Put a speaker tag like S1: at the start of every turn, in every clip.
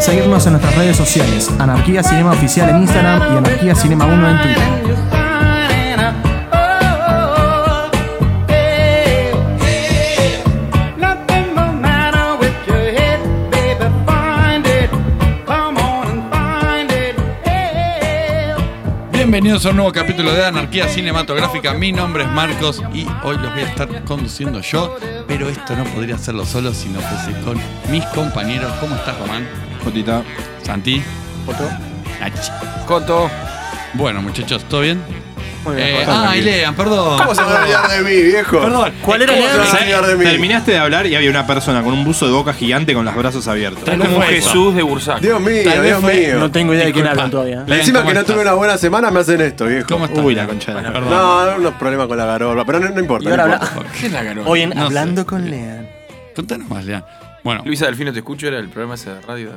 S1: seguirnos en nuestras redes sociales, Anarquía Cinema Oficial en Instagram y Anarquía Cinema 1 en Twitter.
S2: Bienvenidos a un nuevo capítulo de Anarquía Cinematográfica. Mi nombre es Marcos y hoy los voy a estar conduciendo yo, pero esto no podría hacerlo solo si no fuese con mis compañeros. ¿Cómo estás, Román?
S3: Jotita.
S2: Santi.
S3: Foto.
S2: Nachi.
S4: Coto.
S2: Bueno, muchachos, ¿todo bien?
S4: Muy bien,
S2: Eh,
S4: Coto.
S2: ah, y Lean, perdón.
S5: ¿Cómo se van a olvidar de mí, viejo?
S2: Perdón.
S1: ¿Cuál era
S5: ¿Cómo
S1: el
S5: se van a olvidar de mí?
S3: Terminaste de hablar y había una persona con un buzo de boca gigante con los brazos abiertos.
S2: Tal vez
S4: Como
S2: fue eso.
S4: Jesús de Bursaco.
S5: Dios mío, Dios mío.
S1: No tengo idea de quién
S2: Disculpa.
S1: hablan todavía.
S2: Lean,
S5: Encima
S2: ¿cómo
S5: que no
S2: estás?
S5: tuve una buena semana me hacen esto, viejo.
S2: ¿Cómo estás?
S3: Uy, la concha de la-
S2: Perdón.
S5: No, no, unos problemas con la garola, pero no, no importa.
S1: Y ahora
S5: no
S1: habla-
S5: importa.
S2: ¿Qué es la garota?
S1: Hoy en
S2: No sé.
S1: Hablando con Lean.
S2: Contanos más, Lean. Bueno,
S4: Luisa Delfino, te escucho, era el programa ese de radio.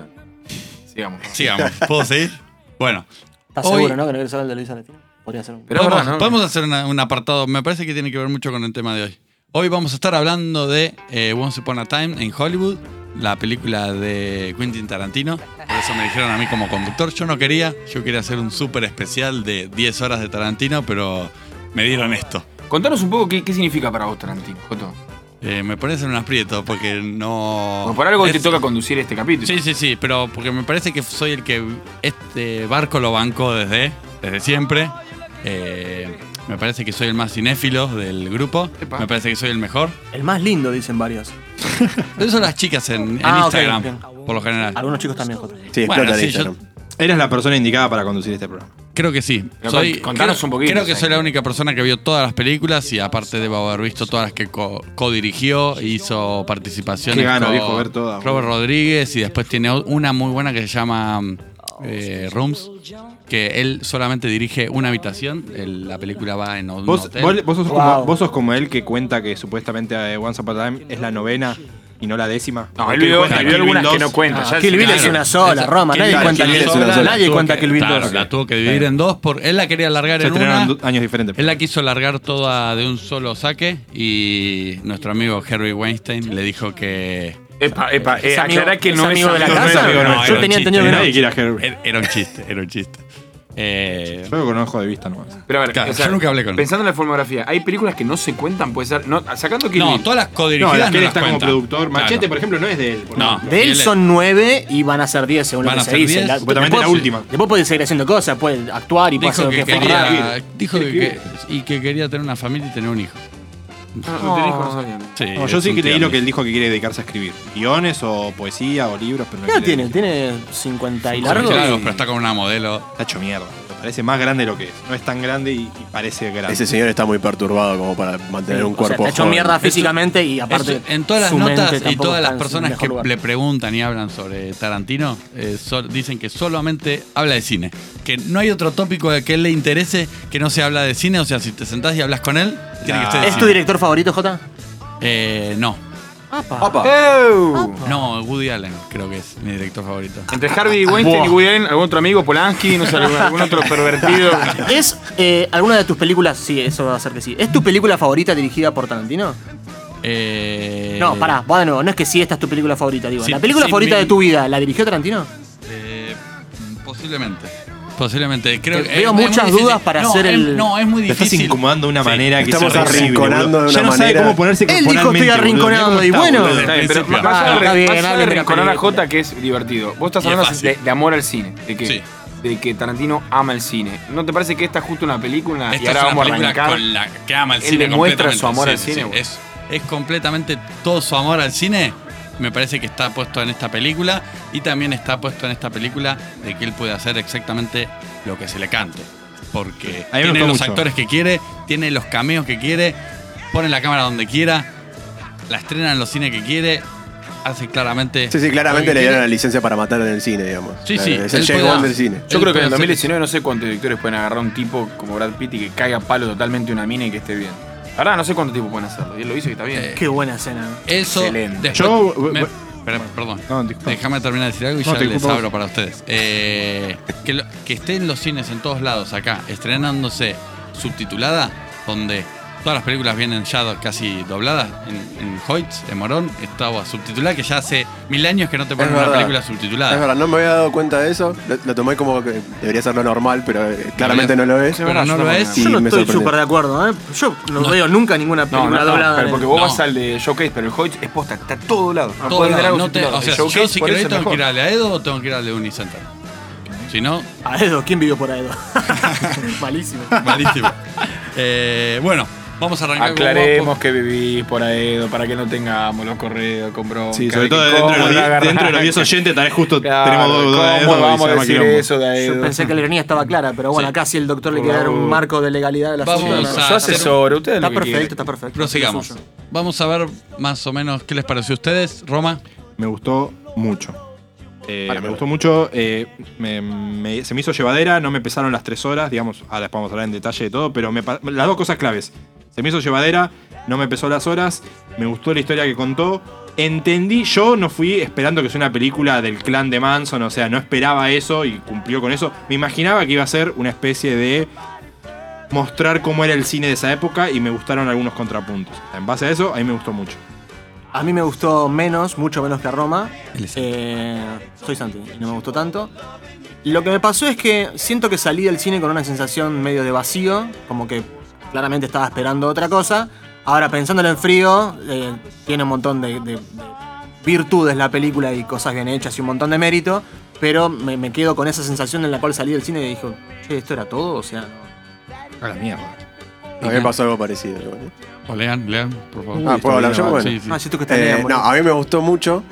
S4: Sigamos.
S2: sigamos. ¿Puedo seguir? Bueno,
S1: ¿Estás
S2: Hoy-
S1: seguro, no? Que no quieres hablar de Luisa Latina. Podría ser un.
S4: Pero es
S2: podemos,
S4: verdad, ¿no?
S2: podemos hacer una- un apartado. Me parece que tiene que ver mucho con el tema de hoy. Hoy vamos a estar hablando de eh, Once Upon a Time en Hollywood, la película de Quentin Tarantino. Por eso me dijeron a mí como conductor. Yo no quería, yo quería hacer un súper especial de 10 horas de Tarantino, pero me dieron esto.
S4: Contanos un poco qué, qué significa para vos Tarantino, Coto.
S2: Eh, me pones en un aprieto porque no.
S4: Porque por algo
S2: Oh, es-
S4: te toca conducir este capítulo.
S2: Sí, sí, sí, pero porque me parece que soy el que este barco lo bancó desde, desde siempre. Eh, me parece que soy el más cinéfilo del grupo.
S4: Epa.
S2: Me parece que soy el mejor.
S1: El más lindo, dicen varios.
S2: Eso son las chicas en, en
S1: Ah, ok,
S2: Instagram,
S1: bien.
S2: por lo general.
S1: Algunos chicos también, Jota.
S5: Sí,
S2: Bueno, sí,
S5: explota el
S2: yo-
S5: Instagram.
S3: Eras la persona indicada para conducir este programa.
S2: Creo que sí.
S4: Pero
S2: Soy-
S4: cont- contanos
S2: creo-
S4: un poquito,
S2: Creo que
S4: Sai.
S2: soy la única persona que vio todas las películas y aparte debo haber visto todas las que co- co-dirigió, hizo participaciones
S3: Qué gana,
S2: con
S3: viejo, ver todas,
S2: Robert Rodríguez y después tiene o- una muy buena que se llama mm, eh, Rooms, que él solamente dirige una habitación, el- la película va en un
S3: Vos,
S2: hotel.
S3: vos- vos sos
S1: Wow.
S3: como, vos sos como él que cuenta que supuestamente eh, Once Upon a Time es la novena y no la décima.
S4: No, él
S3: Que
S4: vio,
S3: cuenta
S4: él
S3: Kill
S4: vio
S3: Bill Ah,
S4: algunas que
S3: 2.
S4: no cuentan. ya
S1: Kill
S4: se-
S1: Bill es
S4: claro.
S1: una sola,
S2: Esa-
S1: Roma.
S2: Kill
S1: Nadie
S2: Bill-
S1: cuenta
S2: Kill
S1: que
S2: Bill
S1: es
S2: es una
S1: una.
S2: sola.
S1: Nadie
S2: Tuvo
S1: cuenta
S2: que-
S1: que el Bill
S2: claro,
S1: dos.
S2: la tuvo que dividir en dos, por, él la quería alargar
S3: Se
S2: en una.
S3: estrenaron du- años diferentes.
S2: Él la quiso largar toda de un solo saque y nuestro amigo Harry Weinstein le dijo que
S4: Epa, epa, eh,
S1: Es amigo-
S4: aclará que
S1: es
S4: no
S1: amigo de la
S4: no es
S1: casa.
S4: amigo
S2: No,
S4: nuestro.
S1: Yo
S2: era
S1: tenía
S2: un chiste,
S1: entendido que
S3: Que
S1: no.
S3: nadie quiere a Harry.
S2: er- era un chiste, era un chiste. Eh,
S3: Yo lo conozco de vista nomás.
S4: Pero a ver,
S2: Claro, yo nunca hablé con él.
S4: Pensando en la filmografía, hay películas que no se cuentan, puede ser. No, sacando que.
S2: no, todas las
S3: No,
S2: codirigidas
S3: la
S2: no,
S3: que él
S2: las
S3: está como
S2: cuenta.
S3: productor.
S2: Claro.
S3: Machete, por ejemplo, no es de él. por
S2: No.
S3: ejemplo.
S1: De
S2: Y
S1: él
S2: él-
S1: son nueve y van a ser diez, según lo
S2: Van
S1: que
S2: a
S1: se
S2: ser
S1: dice.
S2: diez.
S1: La-
S3: Supuestamente la
S1: después-
S3: última.
S1: Después puede seguir haciendo cosas, puede actuar y puede hacer
S2: Dijo
S1: lo que
S2: que
S1: forrar.
S2: quería, dijo que, que- y que quería tener una familia y tener un hijo.
S3: Ah,
S4: No, no
S1: Oh.
S4: tenés conocimiento.
S2: Sí,
S3: No, yo
S2: es
S3: sí
S2: un
S3: que leí
S2: tierno.
S3: lo que él dijo que quiere dedicarse a escribir. Guiones o poesía o libros, pero no
S1: ¿Qué edad
S3: quiere-
S1: tiene? Tiene 50 y largo.
S2: Claro, pero está con una modelo.
S3: Está hecho mierda. Parece más grande de lo que es. No es tan grande y, y parece grande.
S5: Ese señor está muy perturbado como para mantener un
S1: O sea,
S5: cuerpo.
S1: está hecho
S5: joven.
S1: mierda físicamente y aparte.
S2: Eso, en todas las
S1: su mente
S2: notas y
S1: tampoco
S2: todas
S1: está
S2: las
S1: en su
S2: personas
S1: mejor
S2: que
S1: lugar.
S2: le preguntan y hablan sobre Tarantino eh, sol- dicen que solamente habla de cine. Que no hay otro tópico de que él le interese que no se habla de cine. O sea, si te sentás y hablas con él, tiene que
S3: Nah.
S2: ser de
S1: ¿Es tu
S2: cine.
S1: director favorito, Jota?
S2: Eh, no.
S5: Apa.
S4: ¡Ew!
S2: No, Woody Allen creo que es mi director favorito.
S4: Entre Harvey Weinstein y Woody Allen, algún otro amigo, Polanski, no sé, algún, algún otro pervertido.
S1: ¿Es eh, alguna de tus películas? Sí, eso va a ser que sí. ¿Es tu película favorita dirigida por Tarantino?
S2: Eh,
S1: No, pará, va de nuevo. No es que sí, esta es tu película favorita, digo.
S2: Sí,
S1: ¿La película
S2: sí,
S1: favorita
S2: mi-
S1: de tu vida la dirigió Tarantino?
S2: eh, posiblemente. Posiblemente. Creo
S1: Te
S2: que-
S1: veo
S2: es- es
S1: muchas
S2: muy difícil.
S1: dudas para
S2: No,
S1: hacer
S2: es-
S1: el-
S2: No, es muy
S3: Te estás
S2: difícil.
S3: incomodando de una manera que
S5: Estamos
S3: es horrible,
S5: arrinconando
S3: boludo.
S5: de
S3: Ya
S5: una
S3: no sabe
S5: manera-
S3: cómo ponerse
S1: Él dijo,
S3: corporalmente,
S1: "Estoy
S3: boludo".
S1: arrinconado",
S3: Mirá
S1: y
S3: cómo está,
S1: bueno.
S3: boludo.
S4: Está bien, pero
S2: principio.
S4: más allá
S1: Ah,
S4: de-
S1: está bien,
S4: más allá de
S1: hablen de la
S4: rinconar a
S1: película.
S4: Jota, que es divertido. Vos estás
S2: Y es
S4: hablando
S2: fácil.
S4: de, de amor al cine, de que,
S2: Sí.
S4: de que Tarantino ama el cine. ¿No te parece que esta es justo una película y
S2: Esta es
S4: ahora
S2: una
S4: vamos a
S2: película
S4: arrancar?
S2: con la que ama el
S4: Él
S2: cine.
S4: demuestra
S2: completamente.
S4: su amor
S2: Sí,
S4: al
S2: sí,
S4: cine,
S2: sí.
S4: güey.
S2: Es, es completamente todo su amor al cine. Me parece que está puesto en esta película y también está puesto en esta película de que él puede hacer exactamente lo que se le cante. Porque
S3: A mí me
S2: tiene
S3: gustó
S2: los
S3: mucho.
S2: actores que quiere, tiene los cameos que quiere, pone la cámara donde quiera, la estrena en los cines que quiere, hace claramente.
S5: Sí, sí, claramente
S2: lo que
S5: le dieron la
S2: quiere.
S5: licencia para matar en el cine, digamos.
S2: Sí, sí,
S5: Es
S2: él
S5: el James
S2: puede-
S5: Bond del
S4: Yo
S5: cine.
S2: Él
S4: creo que
S2: puede
S4: en el
S2: hacer-
S4: 2019 no sé cuántos directores pueden agarrar a un tipo como Brad Pitt y que caiga a palo totalmente una mina y que esté bien. Ahora no sé cuántos tipos pueden hacerlo. Y él lo hizo y está bien.
S2: Eh,
S1: Qué buena escena.
S2: Eso.
S4: Excelente.
S2: después-
S3: Yo-
S2: me-
S3: bu-
S2: Espera, perdón.
S3: No, disculpa.
S2: Déjame terminar de decir algo y
S3: No,
S2: ya
S3: te
S2: les
S3: disculpo.
S2: abro para ustedes. Eh, que, lo- que esté en los cines en todos lados acá, estrenándose subtitulada, donde todas las películas vienen ya do- casi dobladas en, en Hoyts, en Morón, estaba subtitulada, que ya hace mil años que no te ponen una
S5: verdad.
S2: película
S5: Es
S2: subtitulada.
S5: verdad, no me había dado cuenta de eso. Lo, lo tomé como que debería ser lo normal, pero eh, claramente no lo es.
S4: Sí,
S2: Pero
S4: verdad,
S2: no
S4: yo
S2: lo
S4: tampoco
S2: es.
S5: Sí,
S1: Yo no
S5: me
S1: estoy
S5: sorprendió.
S1: súper de acuerdo, ¿eh? Yo no, veo nunca ninguna
S4: No,
S1: película
S4: no, no,
S1: doblada.
S4: pero
S1: en-
S4: porque vos
S2: No.
S4: vas al de Showcase, pero el Hoyts es posta, está a todo lado.
S2: Todo
S4: Podés ver
S2: lado,
S4: algo
S2: no te-
S4: subtitulado.
S2: o sea,
S4: El
S2: yo
S4: Showcase,
S2: si
S4: por
S2: querés
S4: eso,
S2: tengo que ir
S4: mejor.
S2: al Aedo o tengo que ir al de Unicenter. Si no,
S1: A Edo, ¿quién vivió por Edo? Malísimo.
S2: malísimo. Eh, bueno, vamos a arrancar con
S4: Aclaremos que vivís por Aedo para que no tengamos los correos con bronca.
S3: Sí, sobre
S4: de
S3: todo
S4: que
S3: dentro de,
S4: cómo
S3: los,
S4: la
S3: die-
S4: agarrás.
S3: dentro de los 10 oyentes, tal vez justo
S4: Claro,
S3: tenemos dos dudas de
S4: ¿Cómo
S3: Edo y
S4: vamos
S3: se
S4: a
S3: llama
S4: decir
S3: quilombo.
S4: eso de
S1: Yo
S4: Aedo?
S1: pensé que la ironía estaba clara, pero bueno,
S2: Sí.
S1: acá sí el doctor le quiere dar un marco de legalidad a la
S2: Vamos
S1: sociedad.
S2: a-
S1: ¿no?
S4: Yo asesoro, ustedes
S1: Está
S4: lo que
S1: perfecto,
S4: quieran.
S1: está perfecto.
S2: Prosigamos.
S1: Suyo.
S2: Vamos a ver más o menos qué les pareció a ustedes, Roma.
S3: Me gustó mucho. Eh, me gustó mucho. eh, me- me- se me hizo llevadera, no me pesaron las tres horas, digamos, ah, ahora podemos hablar en detalle de todo, pero me pa- las dos cosas claves. Se me hizo llevadera, no me pesó las horas, me gustó la historia que contó. Entendí, yo no fui esperando que sea una película del clan de Manson, o sea, no esperaba eso y cumplió con eso. Me imaginaba que iba a ser una especie de mostrar cómo era el cine de esa época y me gustaron algunos contrapuntos. En base a eso, a mí me gustó mucho.
S1: A mí me gustó menos, mucho menos que a Roma.
S2: Él es
S1: Eh, soy Santi, y no me gustó tanto. Lo que me pasó es que siento que salí del cine con una sensación medio de vacío, como que claramente estaba esperando otra cosa. Ahora, pensándolo en frío, eh, tiene un montón de, de- de virtudes la película y cosas bien hechas y un montón de mérito, pero me, me quedo con esa sensación en la cual salí del cine y dije, che, esto era todo, o sea...
S3: A la mierda.
S5: A mí me pasó algo parecido. ¿no?
S2: O Oh, lean, lean, por favor.
S5: Ah, ¿puedo hablar yo? Bueno.
S2: Sí, sí.
S1: Ah, siento que está
S5: Eh,
S1: bien,
S5: no,
S1: bueno.
S5: a mí me gustó mucho.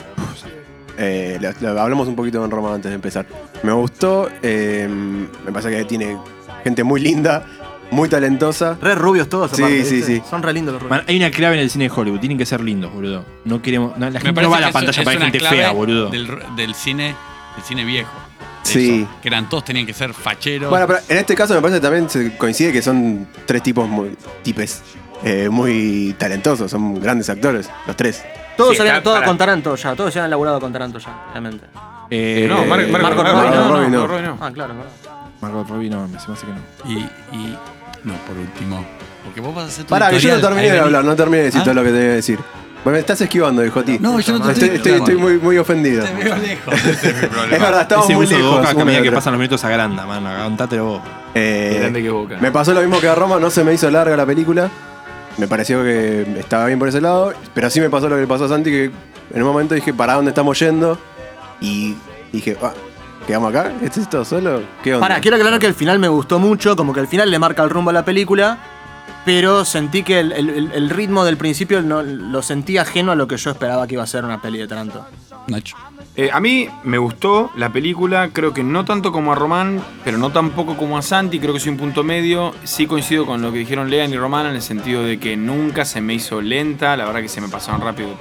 S5: Eh, lo- lo hablamos un poquito en Roma antes de empezar. Me gustó. eh, me pasa que tiene gente muy linda, muy talentosa.
S1: Re rubios todos,
S5: Sí,
S1: aparte,
S5: sí,
S1: ¿viste?
S5: sí.
S1: Son re lindos los rubios.
S3: Man, hay una clave en el cine de Hollywood, tienen que ser lindos, boludo. No queremos. no, la gente no va a la
S2: que eso
S3: pantalla
S2: es
S3: para
S2: una
S3: gente
S2: clave
S3: fea, boludo.
S2: Del, del cine, del cine viejo. De
S5: Sí.
S2: eso, que eran todos tenían que ser facheros.
S5: Bueno, pero en este caso me parece que también se coincide que son tres tipos muy tipes eh, muy talentosos, son grandes actores, los tres.
S1: Todos
S4: Sí,
S1: habían
S4: está-
S1: actuado
S4: para-
S1: con Taranto ya, todos ya han laburado con Taranto ya, realmente.
S3: Eh,
S4: No, Mar-
S5: Eh,
S4: Marco
S1: Marco
S4: Robbie,
S1: Robbie,
S4: no,
S5: Robbie,
S4: no,
S5: no.
S4: Robbie no.
S1: Ah, claro, claro.
S3: Margot Robbie, no, me se me hace que no.
S2: Y, y- No, por último. Porque vos vas a hacer tu
S5: Pará, que yo no
S2: tutorial,
S5: terminé
S2: ahí
S5: de
S2: venís.
S5: hablar, no terminé de decir
S2: Ah.
S5: todo lo que te iba a decir. Bueno, Me estás esquivando, dijo ti.
S2: No, yo no te
S5: estoy,
S2: estoy-
S5: estoy, estoy muy, muy ofendido.
S2: Te veo lejos. Ese es mi problema.
S5: Es verdad, estamos
S3: Ese
S5: muy
S3: uso de
S5: lejos.
S3: boca que a
S5: uno
S3: medida
S5: del
S3: que
S5: otro.
S3: pasan los minutos agranda, mano. Aguantátelo vos.
S5: Eh,
S4: Grande que Boca.
S5: me pasó lo mismo que a Roma, no se me hizo larga la película. Me pareció que estaba bien por ese lado, pero sí me pasó lo que le pasó a Santi, que en un momento dije, ¿para dónde estamos yendo? Y dije, ah, ¿quedamos acá? ¿Esto es todo solo? ¿Qué onda?
S1: Para, quiero aclarar que el final me gustó mucho, como que el final le marca el rumbo a la película, pero sentí que el, el- el- el ritmo del principio no- lo sentí ajeno a lo que yo esperaba que iba a ser una peli de Taranto.
S2: Nacho.
S4: Eh, a mí me gustó la película, creo que no tanto como a Román, pero no tampoco como a Santi, creo que soy un punto medio. Sí coincido con lo que dijeron Lean y Román en el sentido de que nunca se me hizo lenta, la verdad que se me pasaron rápido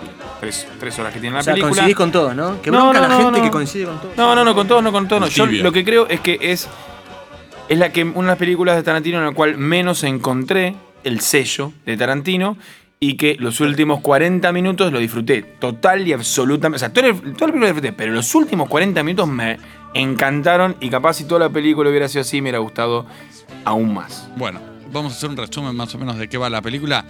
S4: tres, tres horas que tiene la
S1: O sea,
S4: película.
S1: coincidís con todos, ¿no? Que
S4: No,
S1: bronca
S4: no,
S1: la
S4: no,
S1: gente
S4: no.
S1: que coincide con todos.
S4: No, no, no, con todos no, con todos no.
S2: Un
S4: Yo
S2: tibio.
S4: lo que creo es que es, es la que, una de las películas de Tarantino en la cual menos encontré el sello de Tarantino y que los últimos 40 minutos lo disfruté total y absolutamente. O sea, toda la, toda la película la disfruté, pero los últimos 40 minutos me encantaron y capaz si toda la película hubiera sido así me hubiera gustado aún más.
S2: Bueno, vamos a hacer un resumen más o menos de qué va la película.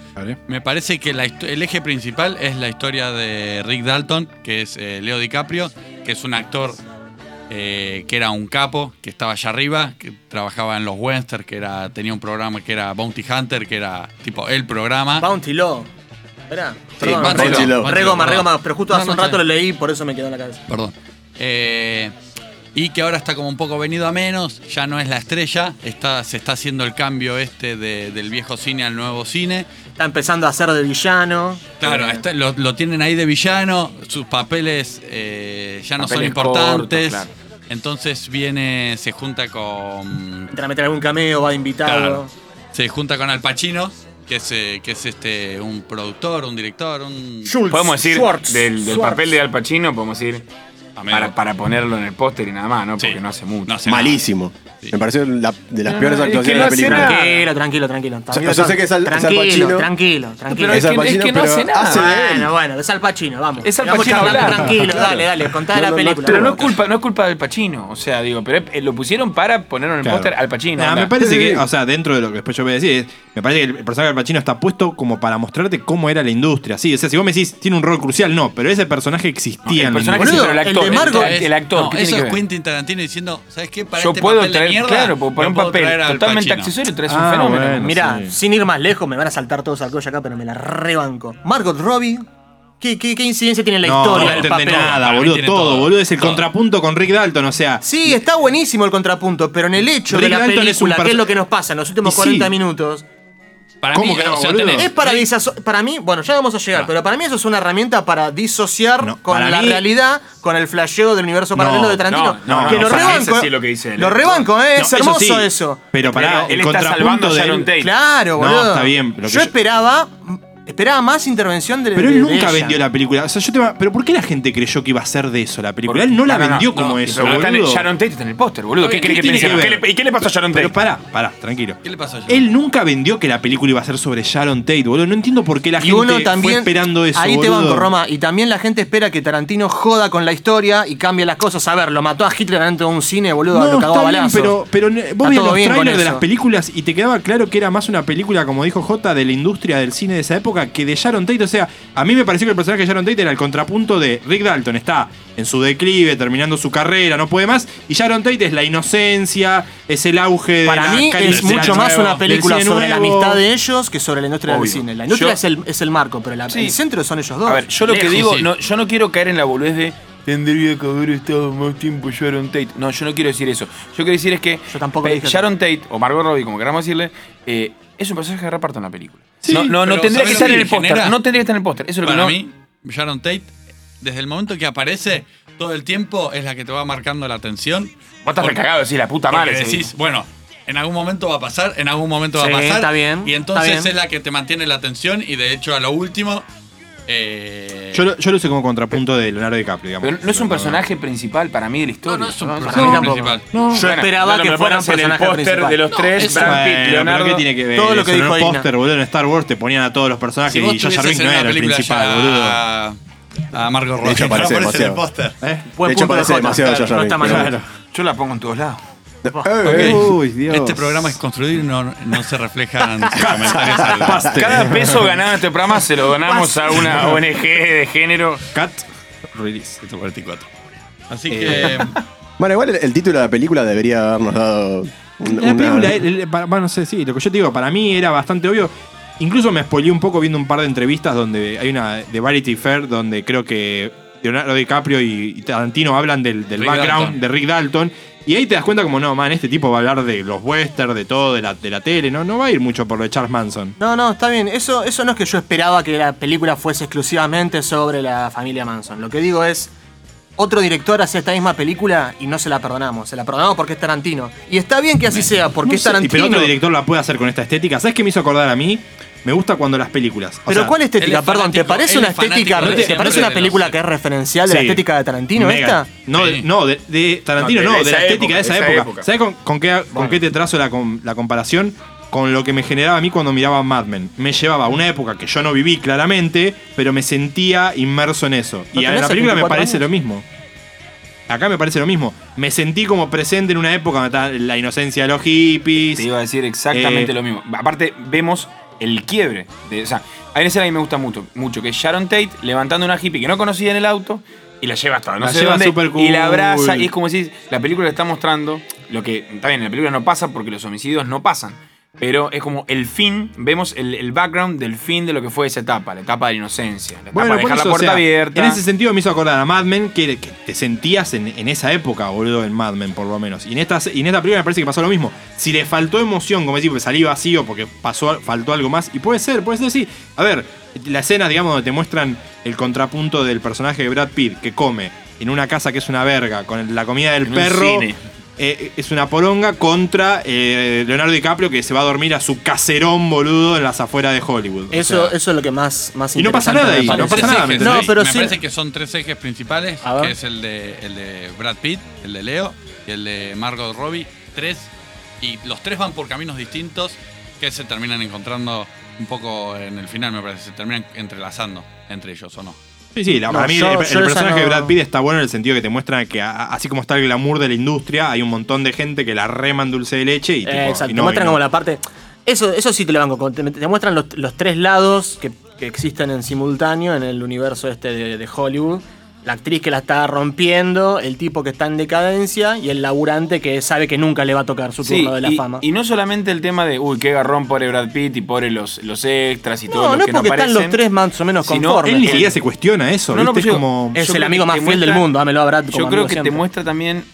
S2: Me parece que la histo- el eje principal es la historia de Rick Dalton, que es eh, Leo DiCaprio, que es un actor eh, que era un capo, que estaba allá arriba, que trabajaba en los westerns, que era, tenía un programa que era Bounty Hunter, que era tipo el programa.
S1: Bounty Law. Esperá. Perdón,
S5: Bounty
S1: Bounty
S5: Law.
S1: Law.
S2: Bounty
S1: Regoma,
S2: Law,
S1: regoma,
S2: perdón.
S1: pero justo
S2: No,
S1: hace
S2: no,
S1: un
S2: está
S1: rato lo
S2: bien.
S1: leí, por eso me quedó en la cabeza.
S2: Perdón. Eh, y que ahora está como un poco venido a menos, ya no es la estrella, está, se está haciendo el cambio este de- del viejo cine al nuevo cine.
S1: Está empezando a ser de villano.
S2: Claro,
S1: Eh,
S2: está- lo, lo tienen ahí de villano, sus papeles eh, ya no son
S4: Papeles
S2: importantes.
S4: cortos,
S2: Entonces viene, se junta con.
S1: Entra a meter algún cameo, va invitado.
S2: claro, se junta con Al Pacino, que es, eh, que es este un productor, un director, un.
S1: Schultz,
S4: Podemos decir,
S1: Schwartz,
S4: del, del
S1: Schwartz.
S4: papel de Al Pacino, podemos decir,
S2: Amigo.
S4: Para, para ponerlo en el póster y nada más, ¿no?
S2: Sí.
S4: Porque no hace mucho.
S2: No hace nada.
S5: Malísimo.
S2: Sí.
S5: Me pareció la- de las peores
S4: no, es que
S5: actuaciones
S4: no
S5: de la
S4: hace
S5: película.
S4: nada.
S1: Tranquilo, tranquilo, tranquilo. Tranquilo,
S5: yo sé que es Al- es Al
S1: tranquilo,
S5: Pacino.
S1: tranquilo, tranquilo.
S4: Pero es
S5: Al
S4: que- es que no hace nada.
S5: hace de él.
S1: Bueno, bueno, es Al Pacino, vamos.
S4: Es Al
S1: Vamos
S4: Pacino
S1: charlando,
S4: hablando.
S1: Tranquilo,
S5: Claro.
S1: dale, dale, contá
S5: No,
S1: la
S5: no, no
S1: película.
S5: actúa.
S4: Pero no es culpa, no es culpa del Pachino. O sea, digo, pero eh, lo pusieron para ponerlo en el
S3: Claro.
S4: póster al Pachino.
S3: Nah, me
S4: onda.
S3: parece
S5: Sí, sí,
S3: que,
S5: sí.
S3: o sea, dentro de lo que después yo voy a decir, es- me parece que el personaje del Pacino está puesto como para mostrarte cómo era la industria. Sí, o sea, si vos me decís, tiene un rol crucial, no, pero ese personaje existía.
S4: El
S3: en la
S4: personaje
S3: industria.
S1: Boludo,
S4: sí, pero
S1: el
S4: el actor.
S1: de Margot
S4: el, el actor.
S2: No,
S4: ¿qué tiene
S2: eso
S4: que
S2: es
S4: ver?
S2: Quentin Tarantino diciendo, ¿sabes qué? Para
S4: Yo
S2: este
S4: puedo
S2: papel de
S4: traer,
S2: mierda,
S4: claro, por- para
S2: lo
S4: un
S2: puedo
S4: papel
S2: traer al
S4: totalmente
S2: Pacino".
S4: accesorio traes
S3: Ah,
S4: un fenómeno.
S3: bueno.
S1: Mirá,
S3: Sí.
S1: sin ir más lejos, me van a saltar todos al cuello acá, pero me la rebanco. Margot Robbie, ¿qué, qué, qué incidencia tiene en la
S3: No,
S1: historia
S3: no
S1: del
S3: entendés
S1: papel?
S3: nada,
S2: Para mí
S3: boludo.
S2: tiene
S3: Todo,
S2: todo.
S3: boludo. Es el
S2: Todo.
S3: contrapunto con Rick Dalton, o sea.
S1: Sí, está buenísimo el contrapunto, pero en el hecho
S3: Rick
S1: de la
S3: Dalton es un
S1: película,
S3: perso-
S1: que es lo que nos pasa en los últimos
S3: Y sí.
S1: 40 minutos,
S2: Para
S3: ¿Cómo
S2: mí,
S3: que no,
S2: o sea,
S3: boludo?
S2: tenés-
S1: es para disaso- para mí, bueno, ya vamos a llegar,
S2: No.
S1: pero para mí eso es una herramienta para disociar
S3: No,
S1: con
S3: para
S1: la
S3: mí-
S1: realidad, con el flasheo del universo paralelo de Tarantino.
S4: no, no,
S1: que
S4: no,
S1: lo
S4: para mí
S1: rebanco.
S4: eso sí es lo que dice él.
S1: Lo rebanco, eh,
S3: No,
S1: es hermoso eso.
S3: sí, Pero pará,
S4: Pero él
S3: el
S4: está salvando
S3: contrapunto
S4: a
S3: de.
S4: Sharon Tate.
S1: Claro,
S3: No,
S1: boludo.
S3: está bien,
S1: Yo,
S3: lo que yo-
S1: esperaba esperaba más intervención de
S3: Pero
S1: de-
S3: él
S1: de
S3: nunca
S1: ella.
S3: vendió la película. O sea, yo te va- Pero ¿por qué la gente creyó que iba a ser de eso la película? Él no la vendió como
S2: no,
S3: eso,
S4: Pero está en el-
S3: boludo.
S4: Sharon Tate está en el póster, boludo. ¿Qué
S2: Oye, ¿qué
S4: crees que te
S2: tiene
S4: dicen?
S2: que
S4: ¿Qué
S2: ver?
S4: le- ¿Y qué le pasó a Sharon Tate?
S3: Pero pará, pará, tranquilo.
S2: ¿Qué le pasó a Sharon?
S3: Él nunca vendió que la película iba a ser sobre Sharon Tate, boludo. No entiendo por qué la
S1: Y
S3: gente
S1: uno también.
S3: fue esperando eso.
S1: ahí te
S3: boludo.
S1: banco, Roma. Y también la gente espera que Tarantino joda con la historia y cambie las cosas. A ver, lo mató a Hitler dentro de un cine, boludo.
S3: No,
S1: lo cagó a
S3: está bien,
S1: balazos.
S3: pero, pero ne-
S1: Está
S3: vos veías
S1: todo
S3: los
S1: bien con
S3: trailers de
S1: eso.
S3: las películas y te quedaba claro que era más una película, como dijo J, de la industria del cine de esa época que de Sharon Tate. O sea, a mí me pareció que el personaje de Sharon Tate era el contrapunto de Rick Dalton. Está en su declive, terminando su carrera, no puede más. Y Sharon Tate es la inocencia, es el auge de
S1: Para
S3: la
S1: mí
S3: cari- del
S1: es mucho
S3: cine
S1: más
S3: nuevo,
S1: una película
S3: del cine
S1: sobre la
S3: nuevo.
S1: amistad de ellos que sobre la industria
S4: Obvio.
S1: del cine. La industria
S4: Yo-
S1: es, el, es el marco, pero la-
S4: Sí.
S1: el centro son ellos dos.
S4: A ver, yo lo que
S2: Lejos,
S4: digo,
S2: sí.
S4: no, yo no quiero caer en la boludez de tendría que haber estado más tiempo Sharon Tate. No, yo no quiero decir eso. Yo quiero decir es que
S1: Yo tampoco
S4: eh,
S1: dije eso.
S4: Sharon Tate o Margot Robbie, como queramos decirle, eh, es un personaje de reparto en la película.
S2: Sí,
S4: no, no, no
S2: pero ¿sabés
S4: tendría que
S2: lo
S4: estar
S2: que
S4: en el póster.
S2: genera?
S4: No tendría que estar en el póster. Eso es lo que
S2: Para
S4: no.
S2: mí, Sharon Tate, desde el momento que aparece, todo el tiempo es la que te va marcando la atención.
S4: Vos estás
S2: Porque-
S4: recagado, decís la puta
S2: Porque
S4: madre.
S2: decís,
S4: sí.
S2: bueno, en algún momento va a pasar, en algún momento va
S1: Sí,
S2: a pasar.
S1: está bien,
S2: Y entonces
S1: está bien.
S2: es la que te mantiene la atención y de hecho a lo último. eh,
S3: Yo lo, yo lo usé como contrapunto de Leonardo DiCaprio, digamos.
S4: Pero no es un personaje principal para mí de la historia.
S2: no, no es un
S4: ¿no?
S2: personaje
S1: para mí tampoco.
S2: principal.
S1: Yo esperaba que fuera un personaje principal.
S4: de los
S2: No,
S4: tres,
S2: eso-
S4: Brad Pitt,
S3: Bueno,
S4: Leonardo.
S3: pero ¿qué tiene que ver?
S1: Todo lo que
S3: eso?
S1: dijo
S3: en el
S1: Dina.
S3: póster, boludo, en Star Wars te ponían a todos los personajes
S2: Si vos
S3: y Jar
S2: tuvieses
S3: Jarvis
S2: en
S3: no
S2: una
S3: era el
S2: película
S3: principal, boludo.
S2: ya a Margot Robbie.
S5: De hecho, parece
S2: no aparece en el
S5: demasiado.
S2: póster.
S3: ¿Eh?
S1: Buen
S5: de hecho,
S1: punto de
S5: parece
S1: Jota.
S5: demasiado
S1: Claro,
S5: Jojo
S1: No está mal.
S5: Rabbit, pero
S1: Claro.
S4: Yo la pongo en todos lados.
S5: Eh,
S2: Ok.
S5: uy, Dios.
S2: Este programa es construido y no, no se reflejan sus comentarios. al-
S4: Cada peso ganado en este programa se lo donamos a una ONG de género.
S3: Cat Release.
S2: 144. Así que.
S5: Bueno, igual el, el título de la película debería habernos dado. un-
S3: La
S5: una-
S3: película, eh, el- el- para- bueno, no sé, sí, lo que yo te digo, para mí era bastante obvio. Incluso me spoileé un poco viendo un par de entrevistas donde hay una de Variety Fair donde creo que Leonardo DiCaprio y y Tarantino hablan del, del
S2: Rick
S3: background
S2: Dalton.
S3: de Rick Dalton. Y ahí te das cuenta como, no, man, este tipo va a hablar de los westerns, de todo, de la, de la tele, ¿no? No va a ir mucho por lo de Charles Manson.
S1: No, no, está bien. Eso, eso no es que yo esperaba que la película fuese exclusivamente sobre la familia Manson. Lo que digo es, otro director hace esta misma película y no se la perdonamos. Se la perdonamos porque es Tarantino. Y está bien que así sea, porque
S3: No
S1: es
S3: sé,
S1: Tarantino.
S3: Pero otro director la puede hacer con esta estética. ¿Sabes qué me hizo acordar a mí? Me gusta cuando las películas. o
S1: Pero
S3: sea,
S1: ¿cuál estética?
S2: él es
S1: Perdón, ¿te
S2: fanático-
S1: parece
S2: él
S1: una
S2: es fanático
S1: estética?
S2: de
S1: ¿Te
S2: siempre
S1: parece una
S2: de los-
S1: película que es referencial de la
S3: Sí.
S1: estética de Tarantino
S3: Mega.
S1: esta?
S3: No, de, no, de, de Tarantino,
S4: No,
S3: no,
S4: de
S3: de,
S4: esa
S3: la estética
S4: época,
S3: de esa,
S4: esa
S3: época.
S4: época.
S3: ¿Sabes con, con qué, con qué te trazo la, com- la comparación? Con lo que me generaba a mí cuando miraba Mad Men. Me llevaba a una época que yo no viví claramente, pero me sentía inmerso en eso.
S1: ¿No
S3: Y en
S1: tenés
S3: la película me
S1: 74
S3: parece
S1: años?
S3: lo mismo. Acá me parece lo mismo. Me sentí como presente en una época donde estaba la inocencia de los hippies.
S4: Te iba a decir exactamente
S3: Eh,
S4: lo mismo. Aparte, vemos el quiebre. de- o sea, hay una escena que me gusta mucho, mucho, que es Sharon Tate levantando una hippie que no conocía en el auto y la lleva hasta no
S3: La
S4: sé
S3: lleva
S4: dónde,
S3: super
S4: y la
S3: cool.
S4: abraza. Y es como si la película está mostrando lo que, está bien, en la película no pasa porque los homicidios no pasan. Pero es como el fin, vemos el, el background del fin de lo que fue esa etapa, la etapa de la inocencia, la etapa
S3: Bueno,
S4: de
S3: por
S4: dejar
S3: eso,
S4: la
S3: o
S4: puerta
S3: sea,
S4: abierta.
S3: En ese sentido me hizo acordar a Mad Men, que, que te sentías en, en esa época, boludo, en Mad Men, por lo menos. Y en, esta, y en esta película me parece que pasó lo mismo. Si le faltó emoción, como decir, porque salí vacío porque pasó, faltó algo más. Y puede ser, puede ser, sí. A ver, la escena, digamos, donde te muestran el contrapunto del personaje de Brad Pitt, que come en una casa que es una verga, con el- la comida del
S4: En un
S3: perro.
S4: cine.
S3: eh, es una poronga contra eh, Leonardo DiCaprio que se va a dormir a su caserón boludo en las afueras de Hollywood. O
S1: Eso,
S3: sea,
S1: eso es lo que más, más
S3: Y no pasa
S1: interesante
S3: nada
S1: me
S3: ahí, no
S1: parece.
S3: pasa nada, ¿me
S1: No,
S3: entendés?
S1: pero
S2: me
S1: sí.
S2: parece que son tres ejes principales,
S1: A ver.
S2: que es el de, el de Brad Pitt, el de Leo y el de Margot Robbie. Tres. Y los tres van por caminos distintos que se terminan encontrando un poco en el final, me parece. Se terminan entrelazando entre ellos, ¿o no?
S3: sí, sí, la-
S1: No,
S3: para mí
S1: yo-
S3: el,
S1: yo
S3: el
S1: esa
S3: personaje de
S1: no-
S3: Brad Pitt está bueno en el sentido que te muestra que a- así como está el glamour de la industria, hay un montón de gente que la reman dulce de leche y, tipo,
S1: Eh, exacto,
S3: y no,
S1: te muestran
S3: y no.
S1: como la parte. Eso, eso sí te lo banco. Te, te muestran los, los tres lados que, que existen en simultáneo en el universo este de, de Hollywood. La actriz que la está rompiendo, el tipo que está en decadencia y el laburante que sabe que nunca le va a tocar su
S4: Sí,
S1: turno de la
S4: y,
S1: fama.
S4: y no solamente el tema de, uy, qué garrón pobre Brad Pitt y pobre los, los extras y todos
S1: no,
S4: los
S1: no es
S4: que no
S1: porque están
S4: aparecen.
S1: los tres más o menos
S4: Si no,
S1: conformes.
S3: Él ni siquiera se cuestiona eso,
S4: No, no,
S3: ¿viste?
S4: pero yo-
S3: es como...
S1: pues Es
S4: Yo
S1: el
S4: creo
S1: amigo
S4: que
S1: más
S4: te
S1: fiel
S4: muestra-
S1: del mundo, dámelo a Brad. como
S4: Yo creo
S1: amigo
S4: que te
S1: siempre.
S4: muestra también.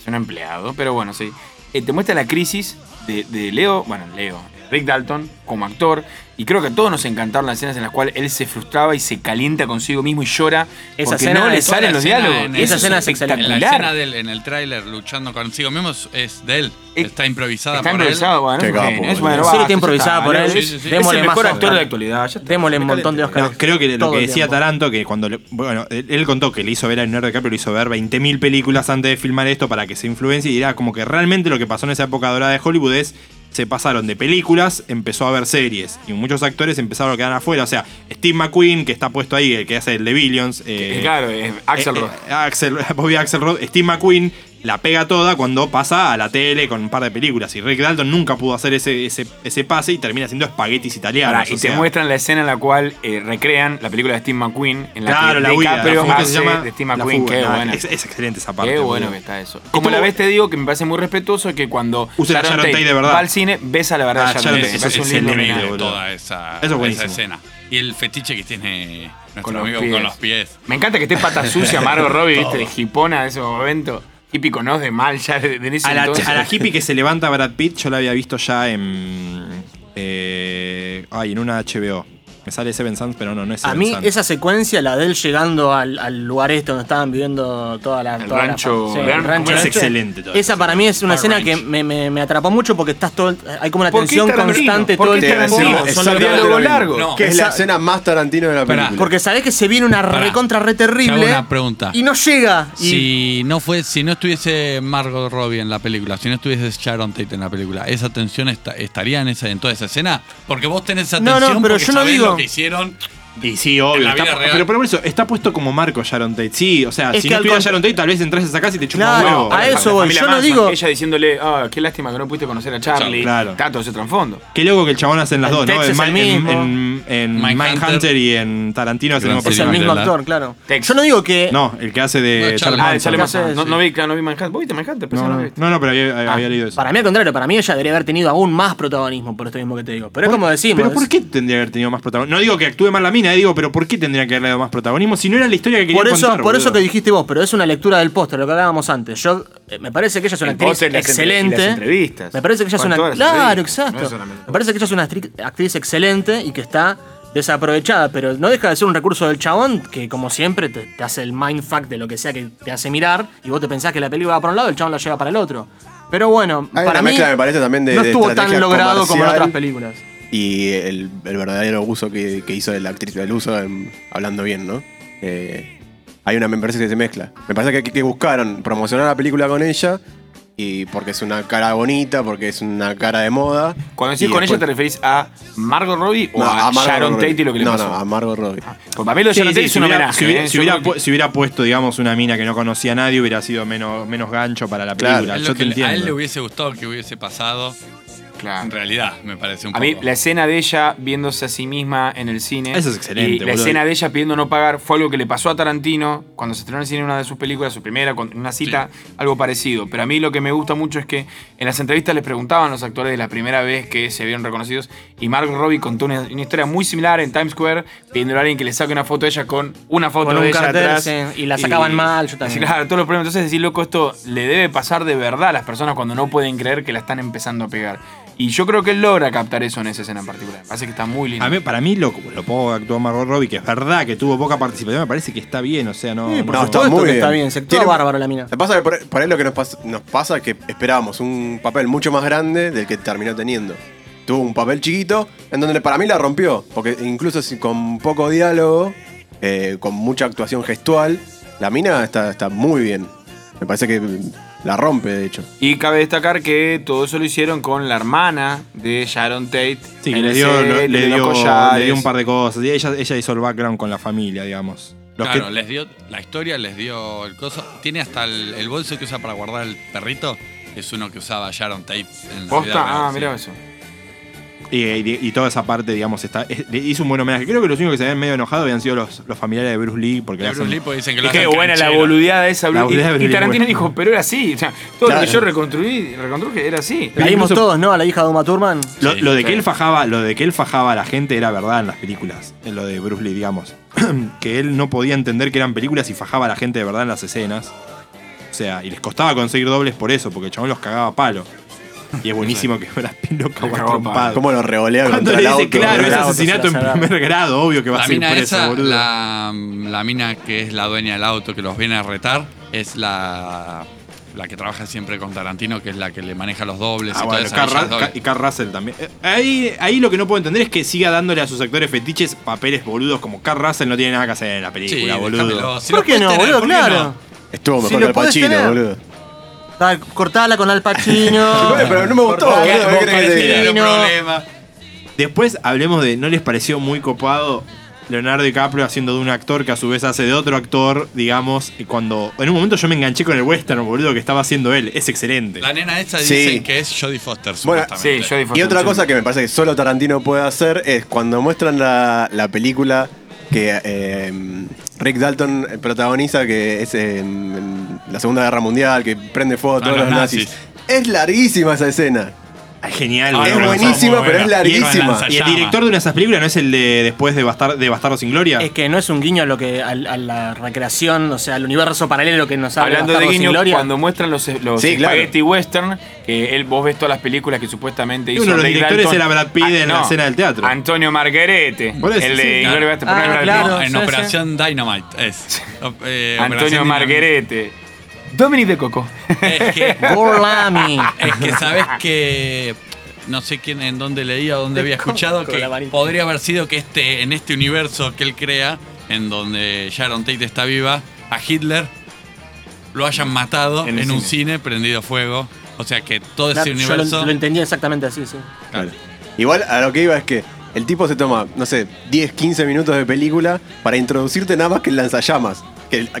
S4: Es un empleado, pero bueno, sí. Eh, te muestra la crisis de, de Leo, bueno, Leo, Rick Dalton, como actor. Y creo que a todos nos encantaron las escenas en las cuales él se frustraba y se calienta consigo mismo y llora.
S1: Esa
S4: porque
S1: escena
S4: no le
S1: es-
S4: salen
S2: la
S4: los
S2: escena
S4: diálogos.
S2: en-
S4: Eso
S1: esa escena es excelente.
S2: En la
S4: espectacular.
S2: escena del, en el tráiler luchando consigo mismo es- es de él.
S4: Eh,
S2: Está improvisada
S4: Está
S2: por
S4: improvisado, bueno.
S5: Qué
S4: es un
S5: capo,
S4: genio,
S5: boludo.
S4: es- bueno,
S1: En serio
S4: basta,
S1: está
S4: ya
S1: improvisada
S4: está,
S1: por
S4: Leo
S1: él.
S4: es-
S2: Sí, sí, sí.
S4: Es
S1: Démosle
S4: el
S1: más
S4: mejor
S1: Oscar.
S4: actor de la actualidad. ya está.
S1: Démosle un montón de Oscar.
S3: No, creo que lo
S1: Todo
S3: que
S1: el
S3: decía
S1: tiempo.
S3: Taranto, que cuando le- bueno, él, él contó que le hizo ver a Leonardo DiCaprio, le hizo ver 20.000 películas antes de filmar esto para que se influencie y era como que realmente lo que pasó en esa época dorada de Hollywood es se pasaron de películas, empezó a ver series y muchos actores empezaron a quedar afuera, o sea, Steve McQueen que está puesto ahí, el que hace el de Billions, eh,
S4: Eh, Claro, es Axel
S3: eh, eh, Axel- Bobby Axelrod, Steve McQueen la pega toda cuando pasa a la tele con un par de películas y Rick Dalton nunca pudo hacer ese, ese, ese pase y termina haciendo espaguetis italianos.
S4: Pará, y
S3: o
S4: te
S3: sea.
S4: muestran la escena en la cual eh, recrean la película de Steve McQueen en la
S3: Claro,
S4: que
S3: la huida.
S4: DiCaprio
S3: la fuga que
S4: hace
S3: se llama
S4: de Steve
S3: La
S4: McQueen,
S3: Fuga,
S4: qué
S3: nada,
S4: buena.
S3: Es, es excelente esa parte.
S4: Qué
S3: boludo.
S4: bueno que está eso. Como la vez te digo que me parece muy respetuoso que cuando
S3: Usa la Sharon Tate de verdad.
S4: va al cine, besa la verdad
S3: Ah,
S4: de Sharon,
S3: Sharon Tate,
S4: Tate. Me parece
S3: es
S4: un lindo
S3: increíble,
S4: homenaje.
S3: boludo.
S2: toda esa,
S3: Eso es
S2: esa
S3: buenísimo.
S2: escena. Y el fetiche que tiene nuestro
S4: Con los
S2: amigo
S4: pies.
S2: con los pies.
S4: Me encanta que esté pata sucia Margot Robbie, viste, de hipona de ese momento. Hippie con os de mal ya de, de ese
S3: A la,
S4: entonces.
S3: a la hippie que se levanta Brad Pitt, yo la había visto ya en. eh, ay, en una HBO. Me sale Seven Suns, pero no, no es
S1: A
S3: Seven
S1: mí
S3: Suns.
S1: esa secuencia, la de él llegando al, al lugar este donde estaban viviendo toda la...
S4: El
S1: toda la-
S4: rancho-
S1: sí, el
S4: gran-
S1: rancho
S4: es
S1: este.
S3: excelente toda
S1: Esa
S3: esa
S1: para
S3: escena.
S1: mí es una
S2: Far
S1: escena
S2: Ranch.
S1: que me, me- me atrapó mucho porque estás todo... Hay como una
S4: ¿Por qué
S1: tensión
S4: Tarantino?
S1: constante
S4: ¿Por
S1: todo el
S4: qué Tarantino?
S1: tiempo.
S4: Es
S5: Son
S4: un
S5: los
S4: diálogo
S5: diálogos
S4: largo.
S2: No.
S5: Que es la
S1: Esa-
S5: escena más tarantino de la
S2: Pará.
S5: película.
S1: Porque sabés que se viene una
S2: Pará,
S1: recontra re
S2: te
S1: terrible.
S2: hago una pregunta.
S1: Y no llega. Y
S2: Si no fue, si no estuviese Margot Robbie en la película, si no estuviese Sharon Tate en la película, esa tensión esta- estaría en esa en toda esa escena, porque vos tenés esa
S1: No, no,
S2: tensión
S1: pero
S2: porque
S1: yo no
S2: sabés
S1: digo-
S2: lo que hicieron.
S3: Y sí,
S2: En
S3: obvio.
S2: la
S3: está-
S2: vida real.
S3: pero, pero por eso, está puesto como Marco Sharon Tate. Sí, o sea,
S1: Es
S3: si
S1: que
S3: no
S1: al
S3: estuviera
S1: con-
S3: Sharon Tate, tal vez entras a esa casa y te chupa
S1: Claro,
S3: un huevo.
S1: a
S4: La
S1: eso
S4: familia
S1: voy, yo no
S4: Manson,
S1: digo-
S4: Ella diciéndole, ah, qué lástima que no pudiste conocer a Charlie.
S3: Claro.
S4: Está todo ese trasfondo.
S3: Qué loco que el chabón hacen las
S1: El
S3: dos, ¿no?
S1: Tex
S3: En
S1: es el
S3: Ma- en,
S1: mismo.
S3: en, en
S2: Mindhunter.
S3: Mindhunter y en Tarantino hacen el mismo
S2: Gran
S1: es el
S2: Sí,
S1: mismo
S2: ¿verdad?
S1: actor, claro.
S4: Tex.
S1: Yo no digo que...
S3: No, el que hace de
S2: No,
S3: Charles
S2: Charles-
S4: Ah,
S3: Manson.
S4: Charlie Manson.
S1: sí,
S4: No,
S1: sí.
S4: no vi, claro, no vi Manhattan. ¿Vos viste Manhattan? Pensé
S3: No,
S4: que no lo
S3: no,
S4: viste.
S3: no, no, pero había, había
S4: Ah.
S3: leído eso.
S1: Para mí al contrario, para mí ella debería haber tenido aún más protagonismo por esto mismo que te digo. Pero es como decimos...
S3: ¿Pero por qué tendría que haber tenido más protagonismo? No digo que actúe mal la mina, eh, digo, pero ¿por qué tendría que haberle dado más protagonismo si no era la historia que quería
S1: Por eso,
S3: contar?
S1: por eso que
S3: boludo?
S1: dijiste vos, pero es una lectura del póster, lo que hablábamos antes. Yo eh, me parece que ella es una
S4: El
S1: actriz
S4: póster, las entre-
S1: excelente.
S4: y las entrevistas.
S1: Me parece que ella es
S4: Con
S1: una
S4: todas las
S1: claro,
S4: entrevistas, no es
S1: exacto.
S4: solamente-
S1: me parece que ella es una actriz, actriz excelente y que está desaprovechada, pero no deja de ser un recurso del chabón que como siempre te, te hace el mindfuck de lo que sea que te hace mirar y vos te pensás que la película va para un lado, el chabón la lleva para el otro. Pero bueno,
S5: Hay
S1: para
S5: una
S1: mí
S5: mezcla, me parece, también de-
S1: no
S5: de
S1: estuvo tan
S5: estrategia
S1: logrado como en
S5: comercial.
S1: otras películas.
S5: Y el, el verdadero uso que, que hizo la actriz, el uso, em, hablando bien, ¿no? Eh, hay una, me parece que se mezcla. Me parece que, que- que buscaron promocionar la película con ella, y porque es una cara bonita, porque es una cara de moda.
S4: Cuando decís
S5: y
S4: con ella, ¿te
S5: después-
S4: referís a Margot Robbie o
S5: No,
S4: a,
S5: Margot
S4: Sharon
S5: Robbie.
S4: Tate y lo que le
S5: no,
S4: pasó?
S5: No, a Margot Robbie.
S4: Pues para mí lo de
S3: Sí,
S4: Sharon
S3: sí,
S4: Tate es
S3: si
S4: un
S3: hubiera-
S4: homenaje.
S3: si hubiera-
S4: ¿eh?
S3: si
S4: Yo
S3: hubiera
S4: creo que-
S3: pu- si hubiera puesto, digamos, una mina que no conocía a nadie, hubiera sido menos, menos gancho para la
S5: Claro.
S3: película.
S2: Es
S3: Yo
S2: lo
S3: te
S2: que le- a él le
S3: entiendo.
S2: hubiese gustado que hubiese pasado
S4: Claro.
S2: en realidad, me parece un
S4: Ah. A
S2: poco.
S4: mí la escena de ella viéndose a sí misma en el cine.
S3: Eso es excelente,
S4: Y la
S3: boludo.
S4: escena de ella pidiendo no pagar fue algo que le pasó a Tarantino cuando se estrenó en el cine una de sus películas, su primera, con una cita, algo parecido. Pero a mí lo que me gusta mucho es que en las entrevistas les preguntaban a los actores de la primera vez que se vieron reconocidos y Margot Robbie contó una, una historia muy similar en Times Square pidiéndole a alguien que le saque una foto de ella con una foto
S1: Con un
S4: de ella
S1: cartel,
S4: atrás.
S1: sí, y la sacaban mal, yo también.
S4: Claro, todos los problemas. Entonces decir, loco, esto le debe pasar de verdad a las personas cuando no pueden creer que la están empezando a pegar. Y yo creo que él logra captar eso en esa escena en particular. Parece que está muy lindo.
S3: A mí- para mí, lo, lo poco que actuó Margot Robbie, que es verdad que tuvo poca participación, me parece que está bien. O sea, no.
S1: Sí, por
S3: no-
S1: supuesto. que está bien, se actúa
S5: Tiene-
S1: bárbaro la mina.
S5: Lo que pasa es que por, por ahí lo que nos, pas- nos pasa es que esperábamos un papel mucho más grande del que terminó teniendo. Tuvo un papel chiquito en donde para mí la rompió, porque incluso si con poco diálogo, eh, con mucha actuación gestual, la mina está, está muy bien. Me parece que la rompe, de hecho.
S4: Y cabe destacar que todo eso lo hicieron con la hermana de Sharon Tate.
S3: Sí,
S4: en
S3: le
S4: el
S3: dio,
S4: set,
S3: le,
S4: los
S3: dio,
S4: collares.
S3: le dio un par de cosas. Y ella, ella hizo el background con la familia, digamos. Los
S2: claro,
S3: que-
S2: les dio la historia, les dio el coso. Tiene hasta el, el bolso que usa para guardar el perrito. Es uno que usaba Sharon Tate en la vida real,
S4: ¿Posta? Ah,
S2: sí.
S4: mirá eso.
S3: y, y- y toda esa parte, digamos, está, es- le hizo un buen homenaje. Creo que los únicos que se habían medio enojado habían sido los, los familiares de Bruce Lee. Porque
S2: De
S3: le
S2: Bruce
S3: hacen-
S2: Lee, pues, porque dicen que lo
S4: Es que
S2: hacen
S4: buena la
S2: canchero.
S4: boludeada de esa.
S3: La
S4: Bru-
S3: boludeada de
S4: y,
S3: Bruce
S4: y
S3: Lee,
S4: Tarantino
S3: bueno.
S4: dijo, pero era así. O sea, todo lo
S5: Claro.
S4: que yo reconstruí, reconstruje era así.
S1: La vimos
S3: incluso-
S1: todos, ¿no? A la hija de Uma Thurman.
S3: Lo,
S2: Sí,
S3: lo de que
S4: sí.
S3: él fajaba, lo de que él fajaba a la gente era verdad en las películas, en lo de Bruce Lee, digamos. que él no podía entender que eran películas y fajaba a la gente de verdad en las escenas. O sea, y les costaba conseguir dobles por eso, porque el chabón los cagaba a palo. Y es buenísimo que Brad Pitt lo cagó a
S4: cagó a
S1: Ah.
S3: trompado.
S5: ¿Cómo lo revolea
S3: Cuando
S5: contra
S3: le
S5: el
S3: dice,
S5: auto?
S3: claro, es
S1: el auto,
S3: asesinato
S1: se la
S3: en
S1: sacaron.
S3: primer grado, obvio que va a
S2: La
S3: ser
S2: mina
S3: preso,
S2: esa,
S3: boludo.
S2: la, la mina que es la dueña del auto que los viene a retar, es la, la que trabaja siempre con Tarantino, que es la que le maneja los dobles
S3: Ah,
S2: y
S3: bueno,
S2: todo
S3: Carl
S2: eso.
S3: Ra- Ca- y Carl Russell también. Eh, Ahí, ahí lo que no puedo entender es que siga dándole a sus actores fetiches papeles boludos como Carl Russell no tiene nada que hacer en la
S2: Sí,
S3: película, boludo.
S2: déjamelo. Si
S1: ¿Por
S2: lo
S1: qué
S2: puedes
S1: no,
S2: tener,
S1: boludo?
S2: ¿por qué
S1: Claro.
S5: Estuvo mejor
S1: Si lo
S5: que Al
S1: podés
S5: Pacino,
S1: tener.
S5: boludo.
S1: Está- Cortala con Al Pacino.
S5: Bueno, pero no me gustó,
S1: Cortala
S5: boludo,
S1: con
S5: ¿qué
S1: Al
S5: querés que te
S2: no?
S5: diga?
S1: Pacino.
S2: Tiene problema.
S3: Después hablemos de, ¿no les pareció muy copado Leonardo DiCaprio haciendo de un actor que a su vez hace de otro actor, digamos, y cuando en un momento yo me enganché con el western, boludo, que estaba haciendo él, es excelente.
S2: La nena esa
S5: Sí.
S2: dicen que es Jodie Foster,
S5: Bueno,
S2: supuestamente.
S4: Sí, yo disfruté
S5: Y otra
S4: mucho.
S5: cosa que me parece que solo Tarantino puede hacer es cuando muestran la, la película que eh, Rick Dalton protagoniza, que es en, en la Segunda Guerra Mundial, que prende fuego a
S2: A
S5: todos
S2: los
S5: los nazis.
S2: nazis.
S5: Es larguísima esa escena.
S3: Ah, Genial,
S5: es
S3: boludo.
S5: buenísima,
S2: muy
S5: pero es
S2: buena.
S5: larguísima.
S2: lanza-
S3: Y el director de una de esas películas no es el de después de, Bastar- de Bastardo sin Gloria.
S1: Es que no es un guiño a, lo que, a, a la recreación, o sea, al universo paralelo que nos habla
S4: Hablando de
S1: Bastardos sin
S4: guiño,
S1: Gloria.
S4: cuando muestran los, los
S5: Sí, claro.
S4: spaghetti western, que él, vos ves todas las películas que supuestamente
S3: Y
S4: hizo
S3: uno de los
S4: Ray
S3: directores
S4: Dalton.
S3: era Brad Pitt en la escena del teatro.
S4: Antonio Margarete,
S3: Por eso,
S4: el
S3: sí,
S4: de
S2: claro.
S4: Inglourious Basterds,
S1: Ah,
S4: por ahí,
S1: claro.
S2: No, en
S1: sí,
S2: Operación Dynamite es. Op- eh,
S4: Antonio
S2: Operación
S4: Margarete. Dominic de Coco.
S2: Dynamite. Es que,
S1: Gorlami.
S2: es que sabes que no sé quién en dónde leía o dónde
S1: De
S2: había escuchado
S1: coco,
S2: que
S1: la varita.
S2: podría haber sido que este en este universo que él crea en donde Sharon Tate está viva a Hitler lo hayan matado en,
S4: En el
S2: un
S4: cine.
S2: cine prendido fuego o sea que todo ese
S1: Claro, Yo lo,
S2: universo
S1: lo entendí exactamente así, sí.
S5: Claro. Igual a lo que iba es que el tipo se toma, no sé, 10, 15 minutos de película para introducirte nada más que el lanzallamas. Que, que,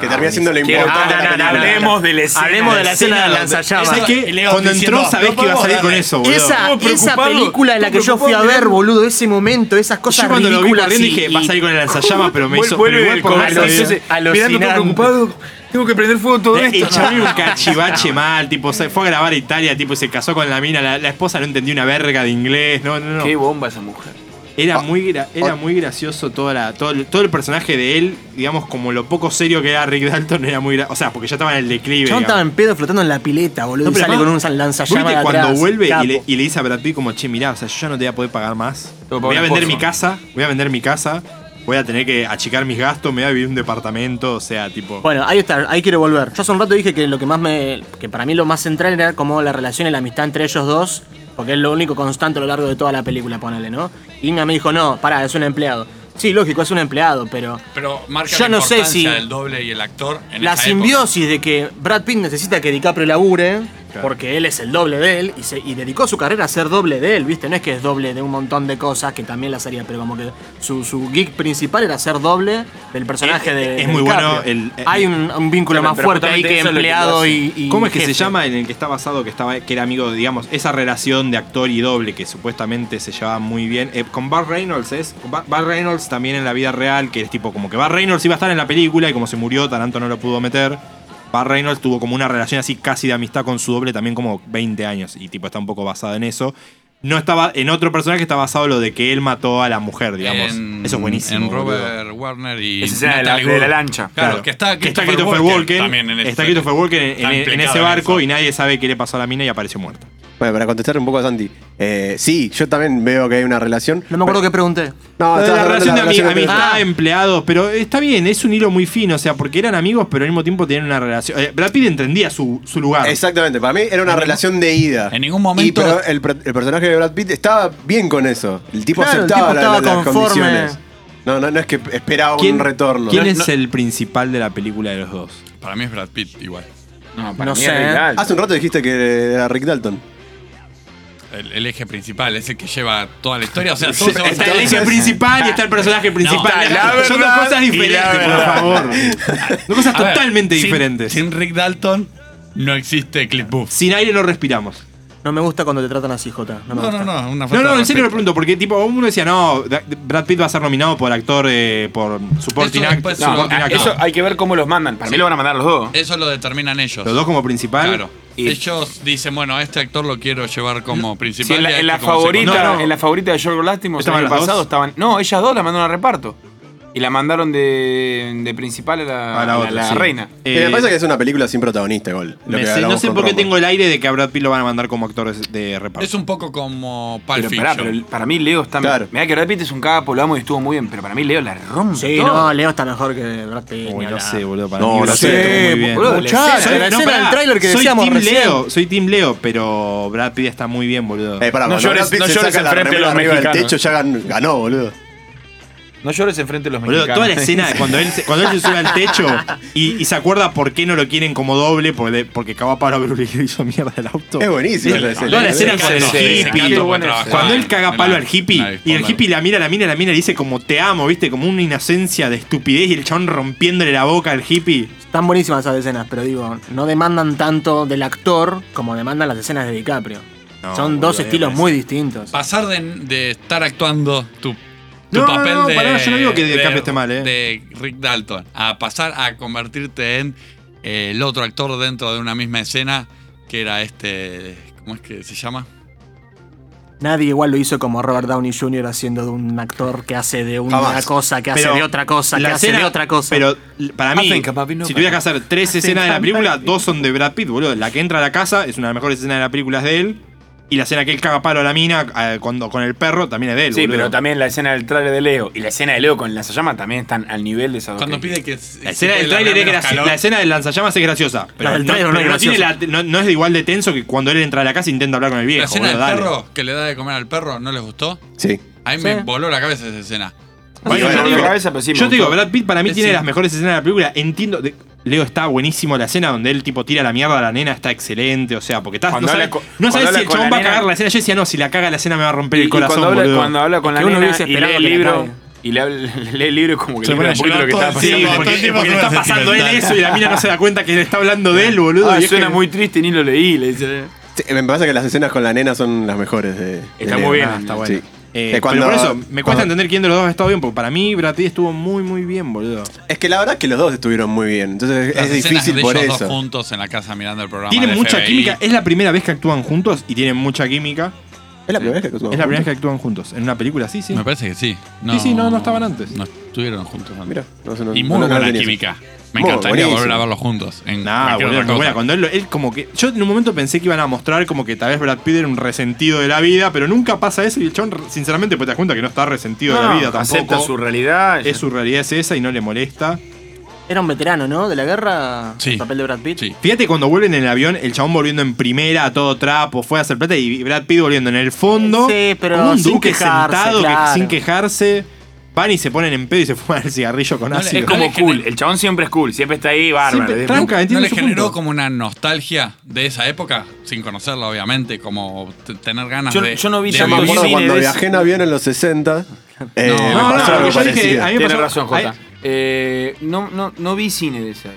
S5: que termina siendo lo
S4: Quiero-
S5: importante.
S4: Ah,
S5: de la
S4: no, no,
S5: película.
S4: hablemos de la escena.
S1: Hablemos de la escena de lanzallamas.
S3: ¿Sabes qué?
S2: Y Leo
S3: Cuando
S2: diciendo,
S3: entró sabés
S2: "No
S3: que iba a
S2: podemos
S3: salir con
S2: darle".
S3: eso, boludo.
S1: Esa,
S4: Estuvo
S1: esa
S4: preocupado,
S1: película en la que
S4: estuvo
S1: yo fui a
S4: preocupado
S1: ver,
S4: mirando.
S1: boludo, ese momento, esas cosas
S3: Yo cuando lo vi
S1: ridículas
S3: corriendo
S1: y-
S3: dije,
S1: y-
S3: va a salir con el lanzallamas, pero me hizo.
S4: Vuelve
S3: pero
S4: del
S3: igual
S1: comercio,
S3: por-
S1: ese-
S4: mirando todo
S1: Alucinante.
S4: preocupado, tengo que prender fuego todo
S3: Eh,
S4: esto.
S3: El chabón era un cachivache mal, tipo, se fue a grabar a Italia, tipo, se casó con la mina, la, la esposa no entendía una verga de inglés, no, no, no.
S4: Qué bomba esa mujer.
S3: Era muy, gra- era muy gracioso toda la- todo, el, todo el personaje de él, digamos, como lo poco serio que era Rick Dalton, era muy gra- O sea, porque ya estaba en el declive.
S1: Yo
S3: digamos.
S1: estaba en pedo flotando en la pileta, boludo.
S3: No,
S1: y
S3: pero
S1: sale
S3: además,
S1: con un lanzallamas.
S3: ¿viste
S1: de
S3: cuando
S1: atrás,
S3: vuelve y le,
S1: capo.
S3: y le dice a Brad Pitt como, che, mirá, o sea, yo ya no te voy a poder pagar más.
S4: Tengo que
S3: Voy a
S4: pagar
S3: vender
S4: esposo".
S3: mi casa, voy a vender mi casa, voy a tener que achicar mis gastos, me voy a vivir en un departamento, o sea, tipo...
S1: Bueno, ahí está, ahí quiero volver. Yo hace un rato dije que lo que más me. que para mí lo más central era como la relación y la amistad entre ellos dos, porque es lo único constante a lo largo de toda la película, ponele, ¿no? Inga me dijo, no, pará, es un empleado. Sí, lógico, es un empleado, pero.
S2: pero marca
S1: Yo
S2: la
S1: no sé
S2: importancia
S1: si-
S2: del doble y el actor en
S1: la
S2: esa
S1: simbiosis de que Brad Pitt necesita que DiCaprio labure,
S3: Claro.
S1: porque él es el doble de él, y, se- y dedicó su carrera a ser doble de él, ¿viste? No es que es doble de un montón de cosas que también las haría, pero como que su, su geek principal era ser doble del personaje
S3: Es-
S1: de.
S3: Eh, es
S1: de
S3: muy
S1: DiCaprio.
S3: bueno el- eh, el-
S1: Hay un, un vínculo
S4: Claro,
S1: más
S4: pero
S1: fuerte ahí
S4: justamente
S1: que
S4: eso es lo que lo
S1: empleado
S4: hace.
S1: y, y
S3: ¿Cómo es que se
S1: jefe.
S3: llama en el que está basado, que, estaba, que era amigo, digamos, esa relación de actor y doble que supuestamente se llevaba muy bien? Eh, con Bart Reynolds es. con Ba- Bart Reynolds también en la vida real, que es tipo como que Bart Reynolds iba a estar en la película y como se murió, Taranto no lo pudo meter. Bart Reynolds tuvo como una relación así casi de amistad con su doble también como 20 años y tipo está un poco basada en eso. No estaba en otro personaje está basado lo de que él mató a la mujer, digamos.
S2: En-
S3: eso es buenísimo.
S2: En
S3: boludo.
S2: Robert Warner y.
S4: Esa escena de la-
S2: Natalie
S4: de la
S2: Wood.
S4: lancha.
S2: Claro, que está Christopher, Walken. también en
S3: está Christopher Walken en, en- en
S2: implicado
S3: ese
S2: en
S3: barco
S2: eso.
S3: y nadie sabe qué le pasó a la mina y apareció muerta.
S5: Bueno, para contestar un poco a Santi. eh, sí, yo también veo que hay una relación.
S1: No me acuerdo qué pregunté.
S5: No,
S3: Lo de
S5: estaba
S3: la
S5: hablando
S3: relación de Eh, ami-
S5: entre-
S3: amistad,
S1: Ah.
S3: empleados, pero está bien, es un hilo muy fino, o sea, porque eran amigos, pero al mismo tiempo tenían una relación. Eh, Brad Pitt entendía su, su lugar.
S5: Exactamente, para mí era una relación de ida.
S2: en ningún momento-
S5: Y, pero el, pre- el personaje de Brad Pitt estaba bien con eso. El tipo
S1: Claro, el
S5: aceptaba
S1: tipo
S5: la- la-
S1: estaba
S5: las
S1: conforme.
S5: condiciones. No, no, no es que esperaba un retorno.
S3: ¿Quién
S5: No,
S3: es
S5: no.
S3: el principal de la película de los dos?
S2: Para mí es Brad Pitt igual.
S4: No,
S1: No
S4: mí
S1: sé,
S4: es
S1: ¿eh?
S4: legal.
S5: Hace un rato dijiste que era Rick Dalton.
S2: El, el eje principal, es el que lleva toda la historia. O sea, todo se va a
S3: Está el eje principal y está el personaje principal.
S2: No, la
S3: Son dos
S4: verdad
S3: cosas
S4: y la
S3: diferentes, por
S4: verdad.
S3: favor. Dos cosas
S2: A ver,
S3: totalmente
S2: sin-
S3: diferentes. Sin,
S2: Sin Rick Dalton no existe Clip Booth.
S3: aire no respiramos.
S1: No me gusta cuando te tratan así, Jota. No, me
S2: No,
S1: gusta.
S2: no, no, una
S3: No,
S2: falta
S3: no,
S2: de
S3: en
S2: respeto.
S3: serio lo pregunto, porque tipo, uno decía, no, Da- Brad Pitt va a ser nominado por actor, eh, por supporting
S2: Eso
S3: act-
S2: después-
S4: No,
S3: supporting
S4: a-
S3: actor.
S4: eso hay que ver cómo los mandan. Para mí lo van a mandar los dos.
S2: Eso lo determinan ellos.
S3: Los dos como principal.
S2: Claro.
S4: Y-
S2: Ellos dicen, bueno, a este actor lo quiero llevar como
S4: Sí,
S2: principal.
S4: en,
S2: y
S4: la,
S2: a
S4: en
S2: este
S4: la
S2: como
S4: favorita,
S3: No, no.
S4: en la favorita de George Golastimos el
S3: ¿Estaban
S4: año
S3: las
S4: pasado
S3: dos?
S4: estaban. No, ellas dos la mandaron a reparto. Y la mandaron de, de principal a la,
S3: A la
S4: a
S3: otra,
S4: la
S3: sí.
S4: reina.
S3: Eh,
S5: Eh, me parece que es una película sin protagonista, igual. lo
S3: me
S5: que
S3: sé- no
S5: hablamos
S3: sé
S5: con
S3: por qué
S5: Romo.
S3: tengo el aire de que a Brad Pitt lo van a mandar como actor de reparto.
S2: secundario. Es un poco como Pulp
S4: Pero, pará,
S2: Fiction.
S4: pero para mí Leo está.
S5: Claro.
S4: Mirá que Brad Pitt es un capo, lo amo y estuvo muy bien. Pero para mí Leo la rompe.
S1: Sí,
S4: todo.
S1: no, Leo está mejor que Brad Pitt.
S3: Uy,
S1: ni
S3: no
S1: hablar.
S3: sé, boludo, para
S5: No,
S3: mí.
S5: no
S3: Brad Pitt
S5: sé,
S3: estuvo muy bien.
S1: boludo, muchacho,
S3: Soy-
S1: la
S3: no,
S1: escena
S3: pará,
S1: del tráiler que
S3: soy
S1: decíamos
S3: Team
S1: recién.
S3: Leo, soy Team Leo, pero Brad Pitt está muy bien, boludo.
S5: Eh, pará,
S4: No
S5: cuando
S4: llores-
S5: Brad Pitt
S4: no
S5: se
S4: llores
S5: saca la
S4: enfrente de
S5: remera
S4: los
S5: arriba del
S4: mexicanos.
S5: techo, ya gan- ganó, boludo.
S4: No llores enfrente de los
S3: Boludo,
S4: mexicanos.
S3: toda la escena de cuando él se, cuando él se sube al techo y, y se acuerda por qué no lo quieren como doble, porque, porque capaz Pablo Brulio hizo mierda el auto.
S5: Es buenísimo esa escena.
S3: Toda la escena
S2: Sí,
S3: con el
S2: sí, sí,
S3: hippie.
S2: sí,
S4: Qué
S2: sí,
S4: buena
S2: sí,
S4: escena.
S3: Ah, Cuando él caga
S2: en
S3: palo
S2: la-
S3: al hippie
S2: en la-
S3: y el hippie la mira, la mira, la mira, la mira y dice como te amo, viste, como una inocencia de estupidez y el chabón rompiéndole la boca al hippie.
S1: Están buenísimas esas escenas, pero digo, no demandan tanto del actor como demandan las escenas de DiCaprio.
S3: No,
S1: Son
S3: boludo,
S1: dos
S3: me
S1: estilos
S3: parece.
S1: muy distintos.
S2: Pasar de, de estar actuando tu, tu
S3: No,
S2: papel
S3: no, no,
S2: de.
S3: pará, yo no digo que DiCaprio esté mal, eh.
S2: De Rick Dalton. A pasar a convertirte en eh, el otro actor dentro de una misma escena, que era este. ¿Cómo es que se llama?
S1: Nadie igual lo hizo como Robert Downey Jr. haciendo de un actor que hace de una
S5: Jamás.
S1: cosa, que hace
S3: Pero
S1: de otra cosa, que
S3: la
S1: hace
S3: escena-
S1: de otra cosa.
S3: Pero l- para mí,
S4: I think I'm happy, no,
S3: si tuviera que
S4: para-
S3: hacer tres escenas de la película, dos son de Brad Pitt, boludo. La que entra a la casa es una de las mejores escenas de la película, es de él. Y la escena que él caga palo a la mina eh, cuando, con el perro también es de él,
S4: Sí,
S3: boludo.
S4: pero también la escena del trailer de Leo y la escena de Leo con la llama también están al nivel de esa
S2: Cuando pide que. se-
S3: La escena
S2: se
S3: del
S2: puede
S3: tráiler es
S2: largar menos
S3: graciosa.
S2: calor.
S3: La escena del lanzallamas es graciosa. Pero, no,
S1: del tráiler no es
S3: pero no tiene
S1: graciosa.
S3: la- no- no es igual de tenso que cuando él entra a la casa e intenta hablar con el viejo.
S2: La escena del
S3: boludo, dale.
S2: perro que le da de comer al perro, ¿no les gustó?
S5: Sí.
S2: A mí me voló la cabeza esa escena.
S3: Bueno,
S5: Sí,
S3: yo
S5: bueno,
S3: digo,
S4: la cabeza, pero sí me
S3: yo te digo,
S4: gustó.
S3: Brad Pitt para mí
S2: Sí,
S3: tiene
S2: sí.
S3: las mejores escenas de la película. Entiendo. de- Leo está buenísimo la escena donde él tipo tira la mierda a la nena, está excelente. O sea, porque estás.
S4: Cuando
S3: no
S4: habla
S3: sabes,
S4: con-
S3: no
S4: cuando
S3: sabes
S4: habla
S3: si el
S4: con
S3: chabón va
S4: la
S3: a cagar
S4: nena-
S3: la escena. Yo decía, no, si la caga la escena me va a romper
S4: Y-
S3: el
S4: y cuando
S3: corazón,
S4: habla,
S3: boludo.
S4: cuando habla con
S1: Es
S4: la
S1: que uno
S4: nena
S1: hubiese
S4: y lee
S1: esperado
S4: el
S1: que la
S4: libro
S1: cague.
S4: y le habla- lee el libro como que
S2: Se
S4: le
S2: pone
S4: libra
S2: a
S4: un poquito
S2: llorar
S4: lo que está
S2: todo el
S3: Sí,
S2: tiempo,
S4: pasando.
S2: todo el
S3: porque,
S2: tiempo
S3: porque le
S2: con
S3: está
S2: una
S3: pasando él
S2: sentimental.
S3: eso y la mina no se da cuenta que le está hablando de él, boludo.
S4: Ah,
S3: y es
S4: suena
S3: que-
S4: muy triste, ni lo leí, le dice.
S5: Sí, Me parece que las escenas con la nena son las mejores de.
S4: Está
S5: de
S4: muy
S5: Leo.
S4: bien,
S5: Sí.
S4: está
S3: bueno. Eh,
S5: Eh,
S3: pero
S5: cuando-
S3: por eso, me cuesta
S5: cuando-
S3: entender quién de los dos ha estado bien, porque para mí Brad Pitt estuvo muy, muy bien, boludo.
S5: Es que la verdad es que los dos estuvieron muy bien. Entonces
S2: Las
S5: es
S2: escenas
S5: difícil
S2: de
S5: por
S2: ellos dos
S5: eso.
S2: juntos en la casa mirando el programa.
S3: Tienen
S2: de
S3: mucha
S2: FBI.
S3: química, es la primera vez que actúan juntos y tienen mucha química.
S5: Es la primera vez que
S3: Es la primera vez que actúan juntos. En una película, sí, sí.
S2: Me parece que sí.
S3: Sí, sí, no, no estaban antes.
S2: No estuvieron juntos antes.
S5: Mira, no sé, no-
S2: y
S5: no-
S2: muy
S5: no- no
S2: buena
S5: tenía eso.
S2: química. Me
S5: Muy
S2: encantaría volver
S5: buenísimo.
S2: a verlos juntos. En
S3: Nah,
S2: cualquier
S3: boludo,
S2: otra cosa.
S3: buena, cuando él, lo- él como que. Yo en un momento pensé que iban a mostrar como que tal vez Brad Pitt era un resentido de la vida, pero nunca pasa eso y el chon, sinceramente, pues te das cuenta que no está resentido de la vida tampoco.
S4: acepta su realidad.
S3: es su realidad es esa y no le molesta.
S1: Era un veterano, ¿no? De la guerra,
S2: Sí.
S1: el papel de Brad Pitt.
S2: Sí.
S3: Fíjate cuando vuelven en el avión, el chabón volviendo en primera a todo trapo, fue a hacer plata y Brad Pitt volviendo en el fondo.
S1: Sí, pero
S3: como un
S1: sin
S3: duque
S1: quejarse,
S3: sentado que-
S1: claro.
S3: sin quejarse. Van y se ponen en pedo y se fuman el cigarrillo con
S2: No le-
S3: ácido.
S4: es
S2: No
S4: como
S2: le genera-
S4: cool. El chabón siempre es cool, siempre está ahí, bárbaro.
S3: Siempre
S4: Es
S3: tranca,
S2: ¿No
S3: entiendo
S2: le
S3: su
S2: generó
S3: punto.
S2: como una nostalgia de esa época? Sin conocerla, obviamente, como t- tener ganas
S4: Yo-
S2: de.
S4: yo no vi
S2: de
S5: Yo me
S4: tanto
S2: vivir.
S5: acuerdo
S4: Cine
S5: cuando
S4: de-
S5: viajé en avión en los 60. eh,
S2: No,
S5: me
S2: no,
S5: pasó
S3: no,
S5: algo
S3: yo dije-
S5: parecido.
S3: a mí me
S4: Tienes
S3: pasó-
S4: razón, Jota.
S3: Ay.
S4: Eh, no, no, no vi cine de esa.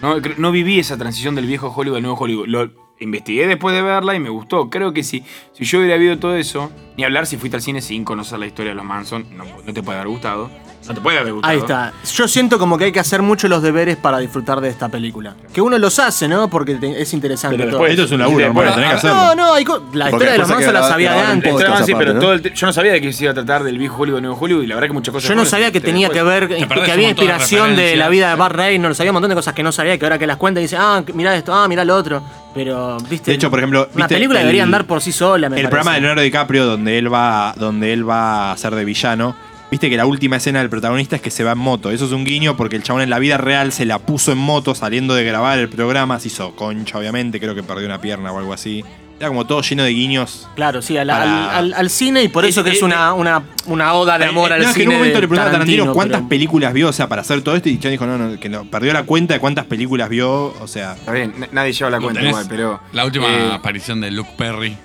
S4: No, cre- no viví esa transición del viejo Hollywood al nuevo Hollywood. Lo investigué después de verla y me gustó. Creo que sí. Si yo hubiera habido todo eso, ni hablar si fuiste al cine sin conocer la historia de los Manson, no, no te puede haber gustado. No te puede haber gustado.
S1: Ahí está. Yo siento como que hay que hacer mucho los deberes para disfrutar de esta película. Que uno los hace, ¿no? Porque te- es interesante
S4: Pero
S1: todo. Ah,
S3: Esto
S4: después-
S3: es un laburo,
S4: Después- Ah,
S3: hermano, tenés que hacerlo.
S1: No, no, hay co- la
S5: Porque
S1: historia de
S5: después
S1: los
S5: se
S1: Manson la
S5: queda-
S1: sabía de
S5: queda-
S1: antes.
S5: Podcast
S4: Estaban así,
S5: aparte,
S4: pero
S5: ¿no?
S4: todo el te- yo no sabía de que se iba a tratar del viejo Hollywood al nuevo Hollywood y la verdad que
S3: Pues
S4: muchas cosas.
S1: Yo no
S4: fueron-
S1: sabía que
S4: te-
S1: tenía que
S4: después-
S1: ver,
S2: perdés
S1: que
S2: un
S1: había
S2: montón de
S1: inspiración de,
S2: referencias.
S1: la vida de Bart Reynolds, sabía un montón de cosas que no sabía, que ahora que las cuenta dice, ah, mirá esto, ah, mirá lo otro. Pero, viste.
S3: De hecho, por ejemplo,
S1: Una
S3: ¿viste
S1: película
S3: el-
S1: debería andar por sí sola,
S3: El
S1: me
S3: programa de
S1: parece.
S3: Leonardo DiCaprio, donde él va, donde él va a ser de villano. Viste que la última escena del protagonista es que se va en moto. Eso es un guiño porque el chabón en la vida real se la puso en moto saliendo de grabar el programa. Se hizo concha, obviamente. Creo que perdió una pierna o algo así. Era como todo lleno de guiños.
S1: Claro, sí, al, al-
S3: Para-
S1: al- al cine y por eso
S3: Es-
S1: que es
S3: es-
S1: una, una, una oda de amor
S3: Eh,
S1: al
S3: no, es que en
S1: cine.
S3: un momento
S1: de
S3: le preguntaron a Tarantino cuántas
S1: pero-
S3: películas vio, o sea, para hacer todo esto. Y el chabón dijo, no, no, que no, perdió la cuenta de cuántas películas vio. O sea,
S4: Está bien, na- nadie lleva la
S2: Lo
S4: cuenta
S2: tenés.
S4: igual, pero.
S2: La última
S4: eh,
S2: aparición de Luke Perry.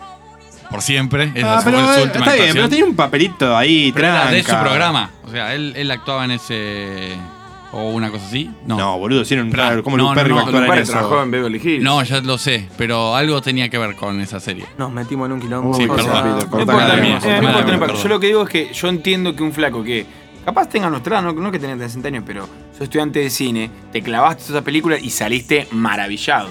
S2: Por siempre. Esa
S3: Ah,
S2: fue su
S3: eh,
S2: última
S3: está bien,
S2: actuación.
S3: pero tenía un papelito ahí,
S2: Pero era de su
S3: tranca.
S2: programa. O sea, él, él actuaba en ese. O una cosa así. No.
S3: No, boludo, hicieron un
S2: Pará,
S3: raro. ¿Cómo
S2: no,
S3: Luke Perry
S2: no,
S3: va a
S2: no,
S3: actuar
S2: Luke
S3: en
S4: Bueno,
S3: eso?
S4: trabajó en Beverly Hills.
S2: No, ya lo sé. Pero algo tenía que ver con esa serie.
S1: Nos metimos en un quilombo.
S2: Sí,
S1: o sea,
S2: perdón.
S3: Pito,
S4: No
S3: corta
S4: importa,
S3: la mía, corta
S4: no importa, no
S3: la
S4: importa,
S3: mía,
S4: no importa.
S2: perdón.
S4: Yo lo que digo es que yo entiendo que un flaco que capaz tenga nuestra edad, no, no que tenga 60 años, pero sos estudiante de cine, te clavaste esa película y saliste maravillado.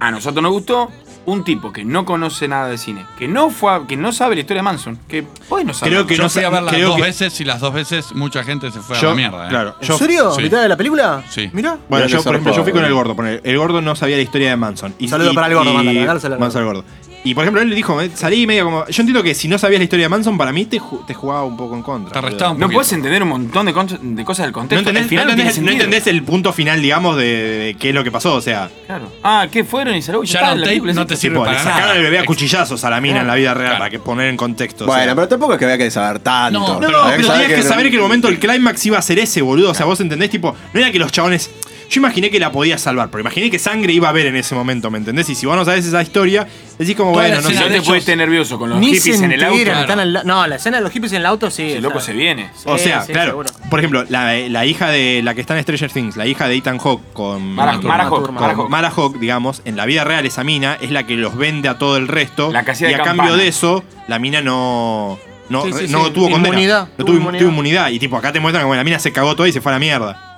S4: A nosotros nos gustó un tipo que no conoce nada de cine, que no fue, a- que no sabe la historia de Manson, que hoy no sabe.
S3: Creo que
S2: Yo
S3: no
S2: fui
S3: sa-
S2: a verla
S3: creo
S2: dos
S3: que-
S2: veces y las dos veces mucha gente se fue a
S3: Yo-
S2: la mierda. ¿eh?
S3: Claro,
S1: ¿En
S3: yo-
S1: serio?
S2: sí.
S1: ¿Mitad de la película?
S2: Sí.
S1: Mirá.
S3: Bueno,
S5: Mirá
S3: yo,
S5: que
S3: por ejemplo,
S5: zarpado,
S3: yo fui con el
S5: boludo.
S3: gordo. ponele. El gordo no sabía la historia de Manson. Y,
S1: Saludo para el gordo, mándale,
S3: mandalo
S1: mandárselo al
S3: al gordo. Y por ejemplo, él le dijo, eh, salí medio como. Yo entiendo que si no sabías la historia de Manson, para mí te, ju- te jugaba un poco en contra.
S2: Te
S3: boludo.
S2: arrestaban.
S4: no
S2: porque-
S4: puedes entender un montón de, con- de cosas del
S3: No
S4: contexto.
S3: entendés,
S4: El final
S3: no
S4: no
S3: entendés-
S4: tiene
S3: no
S4: sentido.
S3: entendés el punto final, digamos, de, de qué es lo que pasó. O sea,
S4: Claro. Ah, ¿qué fueron? Y salud, ya, está,
S2: Sharon
S4: la
S2: Tate
S4: película
S2: no
S4: es-
S2: te sirve
S3: tipo,
S2: para
S3: le sacaron
S2: nada.
S3: el bebé a cuchillazos a la mina en la vida real
S2: Claro.
S3: para que poner en contexto. o sea.
S5: Bueno, pero tampoco es que había que saber tanto.
S2: No,
S3: No,
S5: Había
S3: pero tenías que saber que el
S5: no-
S3: momento del climax iba a ser ese, boludo. O sea, vos entendés, tipo, no era que los chabones. Yo imaginé que la podías salvar, pero imaginé que sangre iba a haber en ese momento, ¿me entendés? Y si vos no sabés esa historia, decís como,
S2: Toda
S3: bueno,
S2: la
S3: no
S2: escena
S4: No
S3: sé.
S2: de-
S4: te
S2: ellos-
S4: puedes estar nervioso con los
S1: Ni
S4: hippies
S1: se
S4: en el auto.
S1: enteran, están
S2: claro.
S1: al la- No, la escena de los hippies en el auto sí.
S4: El
S1: o
S4: loco
S1: sea,
S4: se viene.
S3: O
S1: Sí,
S3: sea,
S1: sí,
S3: claro.
S1: seguro.
S3: Por ejemplo, la, la hija de la que está en Stranger Things, la hija de Ethan Hawke con
S4: Mara-
S3: con-
S4: Mara Hawke,
S3: con
S4: Mara Hawke.
S3: Mara Hawke, digamos, en la vida real esa mina es la que los vende a todo el resto.
S4: La que hacía
S3: y
S4: de
S3: a cambio
S4: campana.
S3: de eso, la mina no. No,
S1: Sí, sí,
S3: no
S1: sí.
S3: tuvo condena.
S1: Inmunidad.
S3: No
S1: Tuvo
S3: tuvo,
S1: inmunidad.
S3: tuvo inmunidad. Y tipo, acá te muestran que bueno, la mina se cagó toda y se fue a la mierda.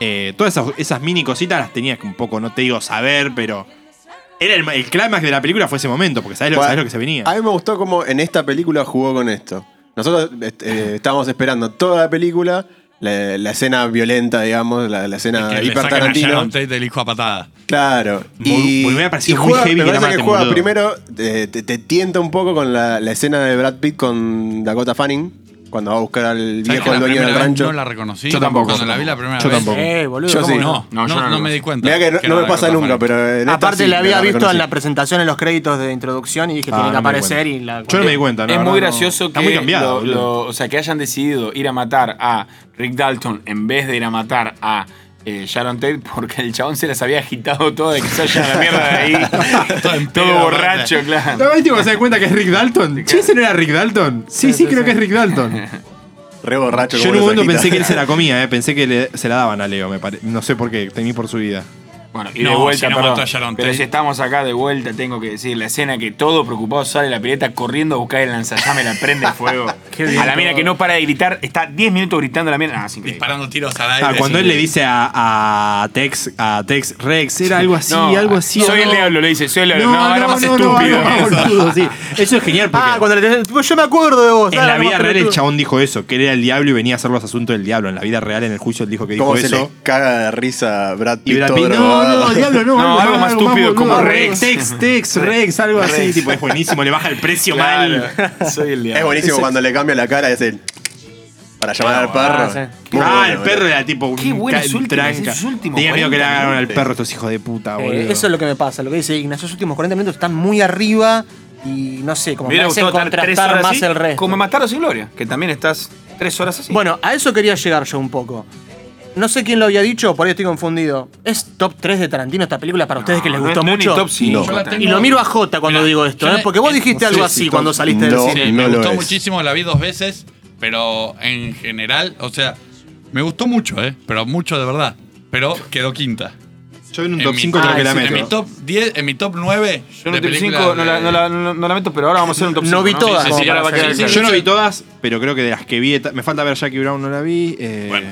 S3: Eh, todas esas, esas mini cositas las tenías que un poco, no te digo saber, pero. Era el, el clímax de la película fue ese momento, porque sabés lo,
S5: Bueno,
S3: sabés lo que se venía.
S5: A mí me gustó como en esta película jugó con esto. Nosotros este, eh, estábamos esperando toda la película, la, la escena violenta, digamos, la, la escena
S2: Que le
S5: hiper
S2: sacan a
S5: Tarantino.
S2: Sharon Tate el hijo a patada.
S5: Claro.
S3: Muy-
S5: Y,
S3: muy- me hubiera parecido
S5: y
S3: muy
S5: juega-
S3: heavy
S5: me
S3: que la
S5: parece que
S3: maten,
S5: juega
S3: boludo.
S5: primero, eh, te, te tienta un poco con la, la escena de Brad Pitt con Dakota Fanning, cuando va a buscar al
S2: ¿Sabes
S5: viejo
S2: que la
S5: al dueño
S2: primera
S5: del
S2: vez
S5: rancho.
S2: no la reconocí?
S4: Yo tampoco.
S2: Cuando la vi la primera
S3: Yo
S2: vez.
S3: tampoco.
S1: Eh, boludo,
S5: Yo
S1: ¿cómo
S5: sí.
S2: No, no,
S4: No, yo
S2: no,
S4: no
S2: me
S4: lo-
S2: di cuenta.
S5: Mirá que no,
S2: Que
S5: no
S2: era
S5: me pasa
S2: Dakota
S5: nunca,
S2: Fanning.
S5: pero en esta
S1: Aparte
S5: sí
S1: la había
S5: la
S1: visto en
S5: reconocí.
S1: la presentación, en los créditos de introducción y dije
S3: Ah,
S1: tiene
S3: no me
S1: que
S3: di
S1: aparecer y
S3: cuenta.
S1: la...
S3: Yo no me di cuenta, ¿no?
S4: es
S3: la
S4: muy
S3: verdad, no.
S4: gracioso
S3: Está
S4: que,
S3: muy cambiado,
S4: lo-
S3: boludo.
S4: lo- o sea, que hayan decidido ir a matar a Rick Dalton en vez de ir a matar a eh, Sharon Tate porque el chabón se las había agitado todo de que se haya la mierda de ahí.
S2: Todo en pedo,
S4: todo borracho,
S3: No,
S4: claro.
S3: ¿viste cuando se da cuenta que es Rick Dalton? Sí, ese no era Rick Dalton. Sí, sí, creo que es Rick Dalton.
S5: Re borracho.
S3: Yo
S5: como
S3: en un
S5: los
S3: momento
S5: ojitos.
S3: pensé que él se la comía, eh. pensé que le- se la daban a Leo, me pare- no sé por qué, temí por su vida.
S4: Bueno, y de
S2: No,
S4: vuelta,
S2: si no
S4: perdón.
S2: mató a Sharon
S4: Pero
S2: Tate.
S4: si estamos acá de vuelta, tengo que decir la escena que todo preocupado sale la pileta corriendo a buscar el lanzallamas, la prende fuego.
S1: Qué bien
S4: a la mina
S1: todo.
S4: que no para de gritar, está 10 minutos gritando a la mina. Ah, es increíble.
S2: Disparando tiros al aire.
S3: Ah, cuando
S2: sí.
S3: él le dice a, a Tex, a Tex Rex, era algo así,
S4: No,
S3: algo así.
S4: Soy
S3: ¿o
S4: el
S3: no?
S4: diablo, le dice, soy el diablo. No, era más estúpido.
S3: era más boludo, sí. Eso es genial porque
S1: Ah, cuando le tenés- Yo me acuerdo de vos.
S3: en
S1: dale,
S3: la
S1: no
S3: vida
S1: más
S3: real el
S1: pelotudo.
S3: chabón dijo eso, que él era el diablo y venía a hacer los asuntos del diablo. En la vida real, en el juicio, él dijo que dijo
S5: Cómo se le
S3: eso.
S5: caga de risa Brad Pitt.
S3: Y Brad
S5: todo
S3: Pitt, no,
S5: drogado.
S3: no, diablo, no,
S4: No, algo más estúpido, como
S3: boludo.
S4: Rex.
S3: Tex, Tex, Rex, algo así,
S4: Rex.
S3: tipo, es buenísimo, le baja el precio mal.
S4: Claro, soy el diablo.
S5: Es buenísimo cuando le cambia la cara y hace el Para llamar al perro.
S1: ah, sí.
S5: Muy
S3: ah,
S5: bueno,
S3: el
S5: boludo.
S3: perro era tipo un
S4: Qué buena es su última,
S3: tranca.
S4: es su último
S3: Tenía miedo que le
S4: 40
S3: hagan al
S5: minutos.
S3: perro estos hijos de puta, boludo.
S1: Eh, eso es lo que me pasa, lo que dice Ignacio. Los últimos 40 minutos están muy arriba y no sé, como
S4: Me
S1: me
S4: hubiera
S1: hacen
S4: gustado estar tres
S1: contrastar
S4: horas
S1: más
S4: así,
S1: el resto.
S4: Como en Mataron sin Gloria, que también estás tres horas así.
S1: Bueno, a eso quería llegar yo un poco. No sé quién lo había dicho, por ahí estoy confundido. ¿Es top 3 de Tarantino esta película para ustedes que les
S4: No,
S1: gustó
S4: no es ni
S1: mucho?
S4: top cinco,
S5: No.
S4: Yo la tengo.
S1: Y lo miro a Jota cuando
S2: Mirá,
S1: digo esto,
S2: yo
S1: ¿eh?
S2: le-
S1: porque vos
S2: eh,
S1: dijiste
S5: no sé
S1: algo
S5: si
S1: así
S5: top-
S1: cuando saliste del
S5: no.
S1: cine.
S2: Sí, me
S5: no lo
S2: gustó
S5: es.
S2: muchísimo, la vi dos veces, pero en general, o sea, me gustó mucho, ¿eh? Pero mucho de verdad. Pero quedó quinta.
S3: Yo en un
S2: En
S3: top
S2: mi-
S3: 5 creo
S1: Ah,
S3: que la
S1: sí,
S2: En mi
S3: meto.
S2: top 10, en mi top 9.
S4: yo no top 5 no, la- no, la- no- no la meto, pero ahora vamos a hacer un top 5.
S1: No vi todas,
S2: como
S4: ahora
S2: para
S4: va a quedar
S2: hacer-
S4: claro.
S2: sí,
S3: Yo no vi todas, pero creo que de las que vi. ta- Me falta ver Jackie Brown, no la vi. eh,
S2: Bueno.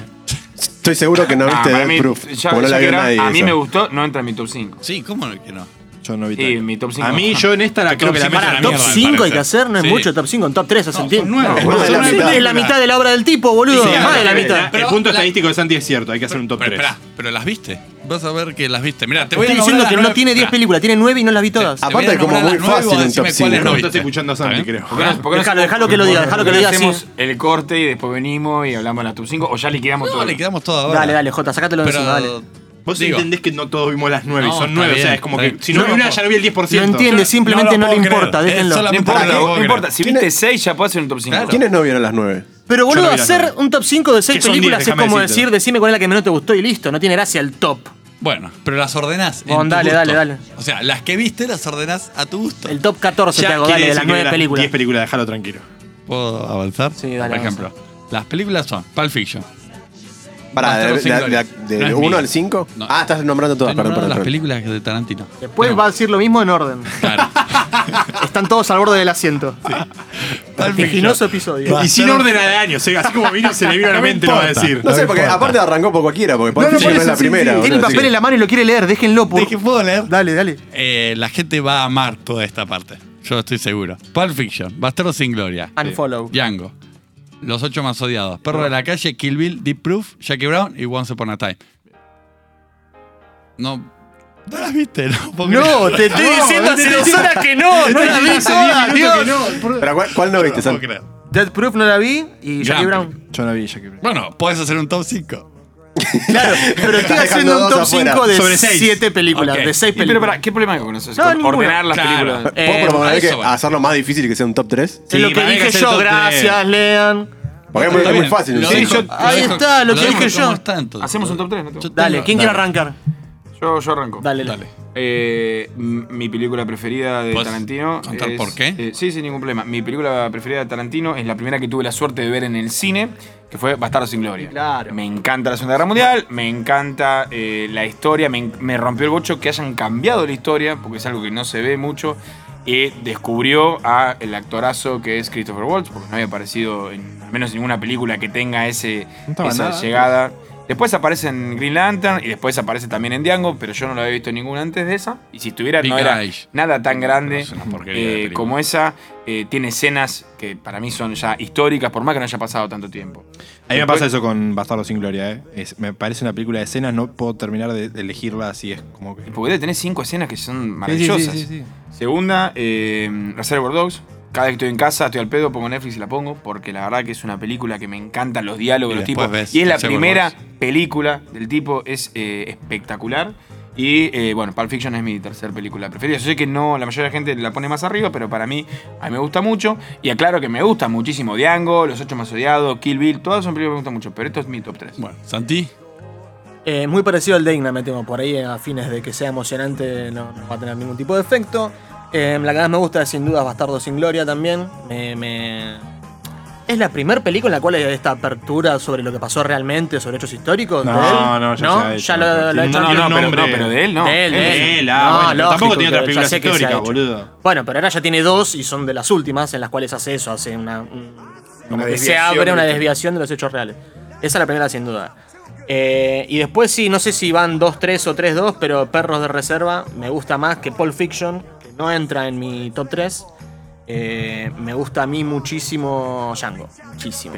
S5: Estoy seguro que no
S4: Ah,
S5: viste
S4: para
S5: Death
S4: mí,
S5: Proof.
S4: ya-
S5: como no
S4: ya
S5: la
S4: que
S5: vio
S4: era-
S5: nadie.
S4: A mí
S5: esa.
S4: me gustó, no entra en mi top 5.
S2: Sí, ¿cómo que no?
S3: Yo no vi
S4: Sí,
S3: Tiger.
S4: mi top 5.
S3: A mí, yo en esta la creo
S2: Top
S3: que la
S2: cinco
S3: meto
S2: es la
S3: en la
S1: Top
S2: mierda,
S3: mierda.
S2: me
S1: 5 hay
S2: parece.
S1: que hacer, no es
S2: Sí.
S1: mucho top 5, en top 3
S2: No,
S1: asentí.
S2: son nueve. Son
S5: No, es la
S2: nueve
S5: mitad.
S1: es la
S2: películas.
S1: mitad de la obra del tipo, boludo.
S2: Sí,
S1: Más de la
S2: la-
S1: mitad.
S3: El
S2: Pero
S3: punto
S2: la-
S3: estadístico de Santi es cierto, hay que hacer un top
S2: Pero
S3: 3.
S2: esperá, pero las viste. Vas a ver que las viste. Mirá, te voy
S1: Estoy
S2: a nombrar
S1: diciendo que
S2: las
S1: no
S2: nueve-
S1: tiene 10
S2: Esperá,
S1: películas, tiene 9 y no las vi todas.
S2: te voy a
S5: Aparte, como
S2: nombrar
S5: muy
S2: las nueve y vos
S5: fácil en
S2: decime
S5: top
S2: cuáles
S5: cinco.
S2: no
S5: No
S3: estás
S2: viste.
S3: escuchando a Santi,
S2: ¿Está bien?
S3: creo.
S4: ¿Por qué no- por qué no-
S1: Dejalo, dejalo que lo diga, dejalo que lo diga así.
S4: Hacemos el corte y después venimos y hablamos de las top 5 o ya liquidamos
S2: No,
S4: todo.
S2: le quedamos todo ahora.
S1: Dale, dale, Jota, sacátelo de
S2: Pero
S1: encima, dale.
S3: Vos
S2: Digo,
S3: entendés que no todos vimos las 9,
S2: No,
S3: son
S2: está
S3: 9, o sea,
S2: bien,
S3: es como
S2: está
S3: que
S2: bien.
S3: si no,
S2: No,
S3: vi una,
S2: no,
S3: ya no vi el 10%.
S1: Lo entiende, simplemente
S2: lo
S1: no, le
S2: puedo
S1: importa,
S2: creer.
S1: déjenlo.
S2: Es
S4: No
S2: solamente-
S4: importa,
S2: Tampoco la
S4: no
S2: puedo
S4: importa.
S2: creer.
S4: Si
S5: ¿Quién
S4: viste
S5: es-
S4: 6 ya puedes hacer un top 5.
S2: Claro.
S5: ¿Quiénes no vieron las nueve?
S1: Pero
S3: Yo
S1: boludo,
S3: no vi las
S1: hacer
S3: nueve.
S1: un top 5 de 6
S3: Que son
S1: películas
S3: diez,
S1: es
S3: déjame
S1: como
S3: decirte.
S1: decir, decime cuál es la que menos te gustó y listo, no tiene gracia el top.
S2: Bueno, pero las ordenás. en
S1: Bon,
S2: tu
S1: dale,
S2: gusto.
S1: dale, dale.
S2: O sea, las que viste las ordenás a tu gusto.
S1: El top 14 te hago, dale, de las 9 películas.
S3: 10 películas, déjalo tranquilo.
S2: ¿Puedo avanzar?
S1: Sí, dale,
S2: Por
S1: avanza.
S2: ejemplo, las películas son Pulp Fiction.
S5: Para,
S2: Bastardo sin gloria. No
S5: ¿del
S2: es
S5: 1
S2: mío.
S5: al 5?
S2: No.
S5: Ah, estás nombrando todas,
S2: Estoy
S5: perdón,
S2: nombrando
S5: perdón.
S2: las
S5: perdón.
S2: películas de Tarantino.
S1: Después
S2: No,
S1: va a decir lo mismo en orden.
S2: claro.
S1: Están todos al borde del asiento. Vertiginoso episodio.
S2: Va.
S3: Y sin orden de años, eh, así como vino, se le vino a la mente, no va a decir.
S5: No sé, porque aparte arrancó por cualquiera, porque Pulp
S3: No, no,
S5: Fiction
S3: por
S5: no es
S3: eso
S5: la
S3: sí,
S5: primera.
S3: sí.
S5: boludo,
S1: Tiene
S5: así
S1: papel
S5: que-
S1: en la mano y lo quiere leer, déjenlo por.
S2: puedo leer?
S1: Dale, dale.
S2: Eh, la gente va a amar toda esta parte. Yo estoy seguro. Pulp Fiction, Bastardo sin Gloria,
S1: Unfollow.
S2: Django, Los Ocho Más Odiados, Perro de la Calle, Kill Bill, Deep Proof, Jackie Brown y Once Upon a Time. No. No las viste, no. puedo
S1: No,
S2: creer.
S1: te estoy diciendo hace dos horas que no, no la vi todas, Dios.
S5: Pero ¿cuál, cuál no viste,
S2: No puedo
S5: Santi?
S2: creer.
S1: Dead Proof no la vi y Jackie
S2: Gran
S1: Brown.
S3: Yo no vi Jackie Brown.
S2: Bueno, puedes hacer un top 5.
S1: Claro, pero estoy
S5: Dejando
S1: haciendo un
S5: dos
S1: top
S5: afuera.
S1: 5 de
S3: Sobre seis.
S1: 7 películas,
S2: Ok.
S1: de 6 películas.
S4: Pero para, ¿qué problema hay con eso? Es
S1: No,
S4: con
S1: ninguna.
S4: ordenar las
S2: Claro.
S4: películas.
S5: ¿Puedo
S1: Eh,
S2: a
S5: proponer
S2: eso
S5: que
S2: voy.
S5: hacerlo más difícil que sea un top 3?
S1: Es lo
S3: Sí,
S1: que
S3: para mí hay que
S1: dije
S3: hacer
S1: yo,
S3: top tres.
S1: gracias, lean.
S5: Porque es
S2: Está
S5: muy, muy
S2: bien.
S5: fácil.
S2: Lo
S5: sí.
S2: dejo-
S4: yo-
S1: Ahí
S2: dejo-
S1: está, lo que
S2: dejo
S1: dije yo.
S2: como está, entonces.
S4: Hacemos un top 3, ¿no?
S2: Yo
S1: Dale,
S2: tengo-
S1: ¿quién quiere
S2: dale.
S1: arrancar?
S4: Yo, yo arranco.
S1: Dale,
S2: Dale.
S4: Eh, m- mi película preferida de
S2: ¿Puedes
S4: Tarantino.
S2: contar
S4: es-
S2: por qué?
S4: eh, sí, sin ningún problema. Mi película preferida de Tarantino es la primera que tuve la suerte de ver en el cine, que fue Bastardo sin Gloria.
S1: Claro.
S4: Me encanta la Segunda Guerra Mundial, me encanta eh, la historia, me, en- me rompió el bocho que hayan cambiado la historia, porque es algo que no se ve mucho. Y descubrió a el actorazo que es Christopher Waltz, porque no había aparecido en al menos ninguna película que tenga ese,
S3: No estaba
S4: esa
S3: nada.
S4: llegada. Después aparece en Green Lantern y después aparece también en Django, pero yo no la había visto ninguna antes de esa. Y si estuviera,
S2: Big
S4: no era
S2: Eyes.
S4: nada tan grande
S2: Es una porquería de
S4: eh,
S2: película.
S4: como esa. Eh, tiene escenas que para mí son ya históricas, por más que no haya pasado tanto
S3: A
S4: tiempo.
S3: mí me
S4: Después-
S3: pasa eso con Bastardo sin Gloria, eh. Es- me parece una película de escenas, no puedo terminar de, de elegirla así, es como que.
S4: Y Porque debe tener cinco escenas que son maravillosas. Segunda, eh, Reservoir Dogs. Cada vez que estoy en casa, estoy al pedo, pongo Netflix y la pongo, porque la verdad que es una película que me encantan los diálogos,
S2: Y
S4: los
S2: después
S4: tipos.
S2: ves
S4: Y es la
S2: Reservoir
S4: primera
S2: Dogs.
S4: película del tipo, es eh, espectacular. Y eh, bueno, Pulp Fiction es mi tercera película preferida. Yo sé que no, la mayoría de la gente la pone más arriba, pero para mí, a mí me gusta mucho. Y aclaro que me gusta muchísimo Django, Los Ocho Más Odiados, Kill Bill, todas son películas que me gustan mucho, pero esto es mi top 3.
S2: Bueno, Santi,
S1: Eh, muy parecido al de Igna, me temo. Por ahí, eh, a fines de que sea emocionante, no, no va a tener ningún tipo de efecto. Eh, la que más me gusta es sin duda Bastardo sin Gloria también. Me- me- Es la primera película en la cual hay esta apertura sobre lo que pasó realmente, sobre hechos históricos.
S3: No,
S1: de él,
S3: no, ya se ha hecho.
S1: Ya lo, lo ha
S3: No,
S1: hecho.
S3: no,
S1: antes.
S3: no,
S4: pero,
S3: nombre.
S4: pero de él no.
S1: De él, de él.
S3: Él, ah,
S1: No,
S3: bueno, pero
S1: lógico
S3: tampoco tenía
S1: que
S3: otras
S1: ya
S3: películas
S1: sé que se ha
S3: históricas,
S1: hecho.
S3: boludo.
S1: Bueno, pero ahora ya tiene dos y son de las últimas en las cuales hace eso, hace una. un- como que se
S3: desviación
S1: abre una
S3: de-
S1: desviación de los hechos reales. Esa es la primera, sin duda. Eh, y después sí, no sé si van 2-3 o 3-2, pero Perros de Reserva me gusta más que Pulp Fiction, que no entra en mi top 3. me gusta a mí muchísimo Django. Muchísimo.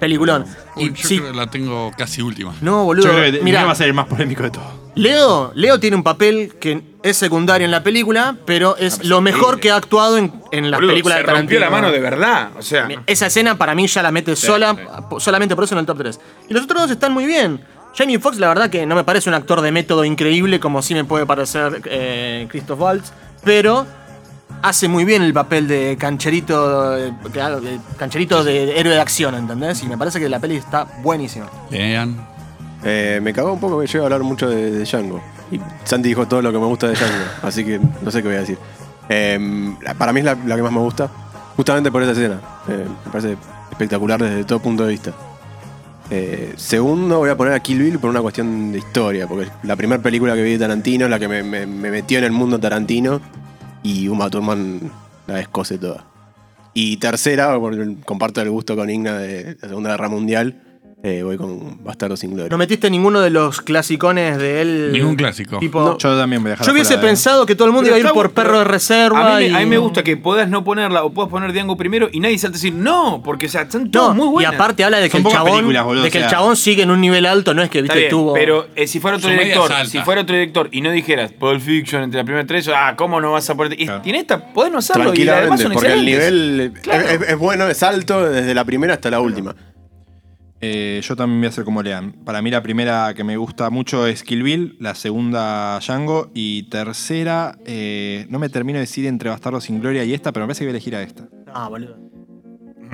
S1: Peliculón.
S2: uy,
S1: y
S2: yo
S1: sí.
S2: creo que la tengo casi última.
S1: No,
S3: Yo
S1: boludo.
S3: creo que
S1: mirá,
S3: mira va a ser el más polémico de todos.
S1: Leo, Leo tiene un papel que es secundario en la película, pero es lo mejor que ha actuado en, en
S4: Ah, pues
S1: las
S4: Boludo,
S1: películas
S4: se
S1: de Tarantino.
S4: rompió la mano de verdad. O sea,
S1: Esa escena para mí ya la mete sola, po- solamente por eso en el top 3. Y los otros dos están muy bien. Jamie Foxx, la verdad que no me parece un actor de método increíble como sí me puede parecer eh, Christoph Waltz, pero hace muy bien el papel de cancherito, eh, que ha- de cancherito de héroe de acción, ¿entendés? Y me parece que la peli está buenísima.
S2: Bien.
S5: Eh, me cagó un poco que yo iba a hablar mucho de, de Django. Y Santi dijo todo lo que me gusta de Django, así que no sé qué voy a decir. Eh, la- para mí es la, la que más me gusta, justamente por esa escena. Eh, me parece espectacular desde todo punto de vista. Eh, segundo, voy a poner a Kill Bill por una cuestión de historia, porque es la primera película que vi de Tarantino es la que me, me- me metió en el mundo Tarantino y Uma Thurman la descose toda. Y tercera, por- comparto el gusto con Igna de la Segunda Guerra Mundial, Eh, voy con Bastardo sin Gloria.
S1: No metiste ninguno de los clasicones de él.
S2: Ningún clásico.
S1: Tipo,
S5: No,
S1: yo,
S3: Yo también voy a dejar
S1: hubiese
S3: afuera, eh.
S1: pensado que todo el mundo
S4: Pero
S1: iba a ir
S4: está
S1: por
S4: bu- pero
S1: perro de reserva.
S4: A mí, me- a
S1: y-
S4: mí me gusta que puedas no ponerla o puedas poner Django primero y nadie salte a decir no, porque o sea, están
S1: No,
S4: todas muy buenas.
S1: Y aparte habla de que,
S3: Son
S1: el
S3: pocas
S1: chabón,
S3: películas, boludo,
S1: de que
S3: o
S1: el
S3: sea.
S1: chabón sigue en un nivel alto, no es que
S4: Está
S1: viste
S4: bien,
S1: tuvo.
S4: pero eh, si fuera otro
S2: Su media
S4: director,
S2: es alta.
S4: si fuera otro director y no dijeras Pulp Fiction entre las primeras tres, ah, ¿cómo no vas a poner? Y
S3: Claro.
S4: tiene esta, podés no hacerlo y las demás
S5: Tranquilamente,
S4: son
S5: porque el
S4: excelentes.
S5: nivel eh, es, es bueno, es alto desde la primera hasta la última.
S3: Eh, yo también voy a hacer como lean. Para mí la primera que me gusta mucho es Kill Bill, la segunda Django y tercera, eh, no me termino de decir entre Bastardos sin Gloria y esta, pero me parece que voy a elegir a esta.
S1: Ah, boludo.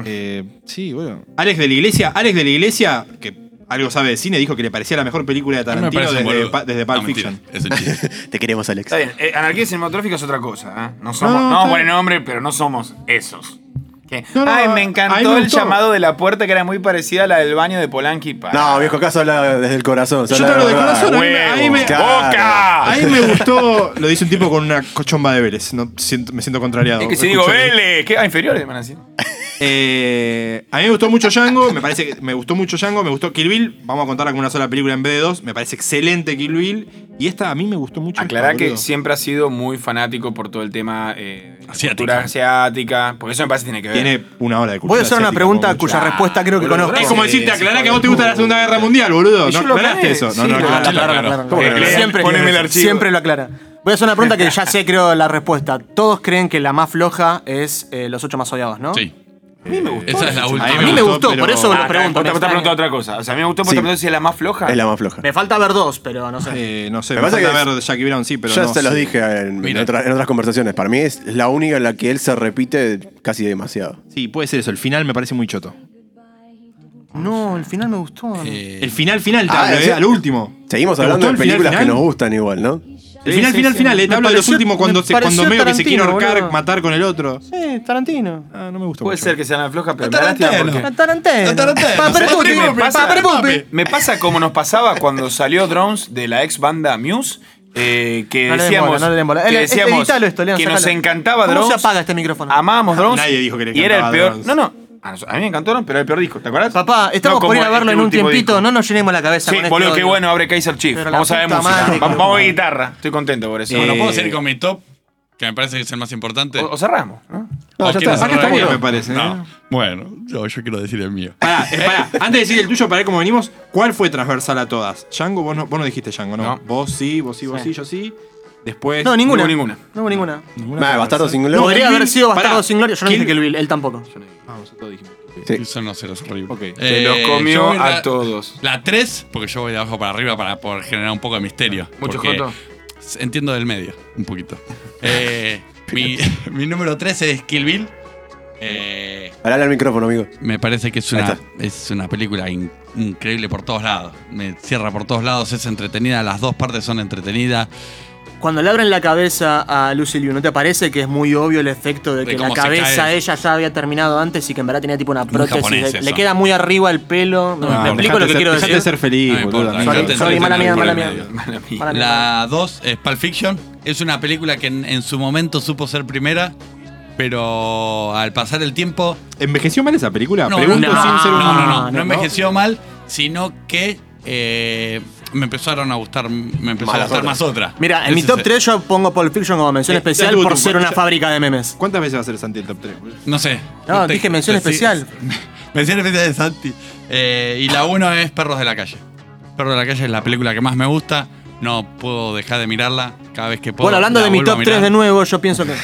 S3: Eh, sí, bueno. Alex de la Iglesia, Alex de la Iglesia, que algo sabe de cine, dijo que le parecía la mejor película de
S2: A mí me
S3: Tarantino
S2: parece un
S3: desde,
S2: boludo.
S3: pa- desde Pulp
S2: No, mentira,
S3: Fiction.
S2: es un chiste.
S5: Te queremos, Alex.
S4: Está bien, eh, anarquía cinematográfica es otra cosa, ¿eh? No somos, no,
S3: está
S4: buen
S3: bien.
S4: nombre, pero no somos esos. Que,
S3: No, no,
S4: Ay,
S3: a-
S4: me
S3: a mí
S4: encantó
S3: me
S4: el
S3: gustó.
S4: llamado de la puerta que era muy parecida a la del baño de Polanqui. Para.
S5: No, viejo, acá se habla desde el corazón. se
S3: Yo te
S5: habla
S3: hablo de
S5: verdad.
S3: corazón, a mí me- a mí me-
S5: Claro.
S4: ¡Boca!
S2: Ah.
S3: A mí me gustó, lo dice un tipo con una cochomba de Vélez, no, siento- me siento contrariado.
S4: Es que si
S3: Escucho
S4: digo
S3: que-
S4: Vélez, que ah, inferiores van a decir.
S3: Eh, a mí me gustó mucho Django, me parece que me gustó mucho Django, me gustó Kill Bill, vamos a contarla como una sola película en vez de dos, me parece excelente Kill Bill y esta a mí me gustó mucho. Ah,
S4: Aclará que
S3: boludo.
S4: siempre ha sido muy fanático por todo el tema eh, de
S2: Asiática.
S4: cultura asiática, porque eso me parece que tiene que ver.
S3: tiene una hora de cultura
S1: Voy a hacer una
S3: asiática,
S1: pregunta
S3: como mucho.
S1: cuya respuesta creo que
S4: boludo,
S1: conozco.
S3: Es como decirte,
S4: Sí,
S3: aclará
S4: sí,
S3: que a vos te gusta la Segunda Guerra Mundial, boludo.
S4: Y yo
S3: No
S4: lo
S3: aclaraste
S4: aclaré,
S3: eso. No,
S4: sí,
S3: no,
S4: lo
S3: aclaraste.
S2: aclaré.
S5: ¿Cómo que no?
S1: Siempre,
S4: Poneme el archivo.
S1: siempre lo aclara. Voy a hacer una pregunta que ya sé, creo, la respuesta. Todos creen que la más floja es eh, los ocho más odiados, ¿no?
S2: Sí.
S4: A mí me gustó.
S2: Esa es la última.
S1: A mí me gustó,
S3: pero-
S1: por eso
S4: Ah,
S1: lo pregunto.
S4: vos te
S1: me
S4: vos te
S1: extraña.
S4: preguntás otra cosa. O sea, a mí me gustó porque
S5: Sí.
S4: te preguntaste si es la más floja.
S5: Es la más floja.
S1: Me falta ver dos, pero no sé.
S3: Eh, no sé,
S5: Me
S3: me,
S5: pasa
S3: falta
S5: que-
S3: ver Jackie Brown, sí, pero
S5: ya
S3: no
S5: se los
S3: sé.
S5: dije en, en
S2: Mira.
S5: otra- en otras conversaciones. Para mí es la única en la que él se repite casi demasiado.
S3: Sí, puede ser eso. El final me parece muy choto.
S1: No, el final me gustó.
S2: Eh,
S3: El final, final, te
S5: Ah,
S3: hablo,
S5: ¿en
S3: eh,
S5: serio?
S3: al último.
S5: Seguimos
S3: ¿Te gustó
S5: hablando de
S3: el final,
S5: películas que
S3: final?
S5: nos gustan igual, ¿no?
S3: El final,
S1: sí,
S3: final,
S1: sí.
S3: final, eh, te
S1: Me
S3: hablo de los
S1: pareció-
S3: últimos cuando,
S1: me
S3: se- cuando
S1: pareció
S3: medio que se quiere
S1: Tarantino,
S3: ahorcar,
S1: boludo.
S3: matar con el otro.
S1: Sí, Tarantino.
S3: Ah, no me gustó
S4: Puede
S3: mucho.
S4: ser que sea la más floja, pero me da
S2: Tarantino.
S4: lástima porque-
S1: La Tarantino.
S2: La Tarantino.
S1: Pa' per
S2: Papi,
S1: pupi,
S4: me
S1: pa'
S4: pasa-
S1: per pupi.
S4: Me pasa como nos pasaba cuando salió Drones de la ex banda Muse. eh, que
S1: No le den
S4: decíamos,
S1: bola, no le den bola.
S4: que,
S1: Eh, eh,
S4: decíamos
S1: editalo esto, Lean,
S4: que nos
S1: sacalo.
S4: encantaba
S1: ¿Cómo
S4: Drones.
S1: se apaga este micrófono?
S4: Amábamos Drones.
S3: Nadie dijo que le
S4: Y era el
S3: encantaba
S4: peor.
S3: Drones.
S4: No, no. A nos- a mí me encantó Drones, pero era el peor disco. ¿Te acuerdas?
S1: Papá, estamos
S4: No,
S1: por
S4: como
S1: ir a
S4: este
S1: verlo en un
S4: último
S1: tiempito.
S4: disco.
S1: No nos llenemos la cabeza
S4: Sí,
S1: con este
S4: boludo, qué
S1: odio.
S4: bueno abre Kaiser Chief.
S1: Pero la
S4: Vamos a ver
S1: puta
S4: música.
S1: madre,
S4: Vamos,
S1: que-
S4: vamos a ver guitarra. Estoy contento por eso.
S2: Bueno,
S4: Eh,
S2: puedo seguir con mi top, que me parece que es el más importante.
S4: o, o cerramos. ¿no?
S5: No,
S2: ¿O
S5: ya
S2: quieren cerrar
S5: está.
S3: Acá está
S2: el
S3: bien,
S2: mío?
S3: me parece,
S2: No.
S3: ¿eh?
S2: Bueno, yo, yo quiero decir el mío.
S3: Pará, eh, pará. Antes de decir el tuyo, para ver cómo venimos, ¿cuál fue transversal a todas? Django, vos no, vos no dijiste Django, ¿no?
S4: No.
S3: Vos sí, vos sí, vos sí, yo sí. Después.
S1: No, ninguna.
S4: No, ninguna.
S1: No hubo ninguna.
S5: Nah, Bastardo sin Gloria.
S1: Podría
S3: Kill
S1: haber
S3: Bill,
S1: sido Bastardo
S3: pará.
S1: sin Gloria. Yo no
S3: Kill-
S1: dije que el Bill, él tampoco.
S3: Vamos, todos dijimos.
S5: Sí.
S2: Eso no será horrible. Eh,
S3: Ok.
S4: Se los comió
S2: yo voy
S4: a todos.
S2: La 3, porque yo voy de abajo para arriba para poder generar un poco de misterio.
S4: Mucho
S2: porque
S4: joto.
S2: Entiendo del medio, un poquito. Eh, mi, mi número 3 es Kill Bill. Eh,
S5: Hablale al micrófono, amigo.
S2: me parece que es
S5: Ahí
S2: una,
S5: está.
S2: es una película in- increíble por todos lados. Me cierra por todos lados, es entretenida, las dos partes son entretenidas.
S1: Cuando le abren la cabeza a Lucy Liu, ¿no te parece que es muy obvio el efecto de
S2: De
S1: que la
S2: cómo se
S1: cabeza
S2: cae.
S1: ella ya había terminado antes y que en verdad tenía tipo una prótesis?
S2: japonés
S1: le-
S2: eso.
S1: le queda muy arriba el pelo. ¿Me-
S2: no,
S1: ¿Me
S3: Dejate
S1: explico lo que
S3: ser-
S1: quiero
S3: dejate
S1: decir?
S3: ser feliz,
S2: No me
S3: boludo.
S2: importa,
S3: amigo.
S2: sorry,
S3: Dejate
S1: sorry,
S3: ser
S1: mala
S3: feliz.
S1: mía, mala
S2: Medio.
S1: mía.
S4: Mala mía.
S1: Para mí,
S2: La 2 es Pulp Fiction. Es una película que en, en su momento supo ser primera, pero al pasar el tiempo.
S3: ¿Envejeció mal esa película?
S2: No,
S3: Ah, Pregunto
S1: no,
S3: sin ser un.
S2: no, no, no,
S1: no,
S2: no
S1: no.
S2: envejeció mal, sino que eh, me empezaron a gustar, me empezó a
S5: Malas
S2: gustar
S5: otras.
S2: más otra.
S1: Mira, en mi
S2: Ese
S1: top
S2: es-
S1: 3 yo pongo Pulp Fiction como mención
S3: Eh,
S1: especial
S3: ya tuvo
S1: por
S3: tu-
S1: ser una
S3: ya-
S1: fábrica de memes.
S3: ¿Cuántas veces va a ser Santi el top 3?
S2: No sé.
S1: No, dije mención especial.
S2: mención especial de Santi. Eh, y la 1 es Perros de la Calle. Perros de la Calle es la película que más me gusta. No puedo dejar de mirarla cada vez que puedo.
S1: Bueno, hablando
S2: la
S1: de mi
S2: vuelvo a
S1: top 3
S2: mirar.
S1: de nuevo, yo pienso que.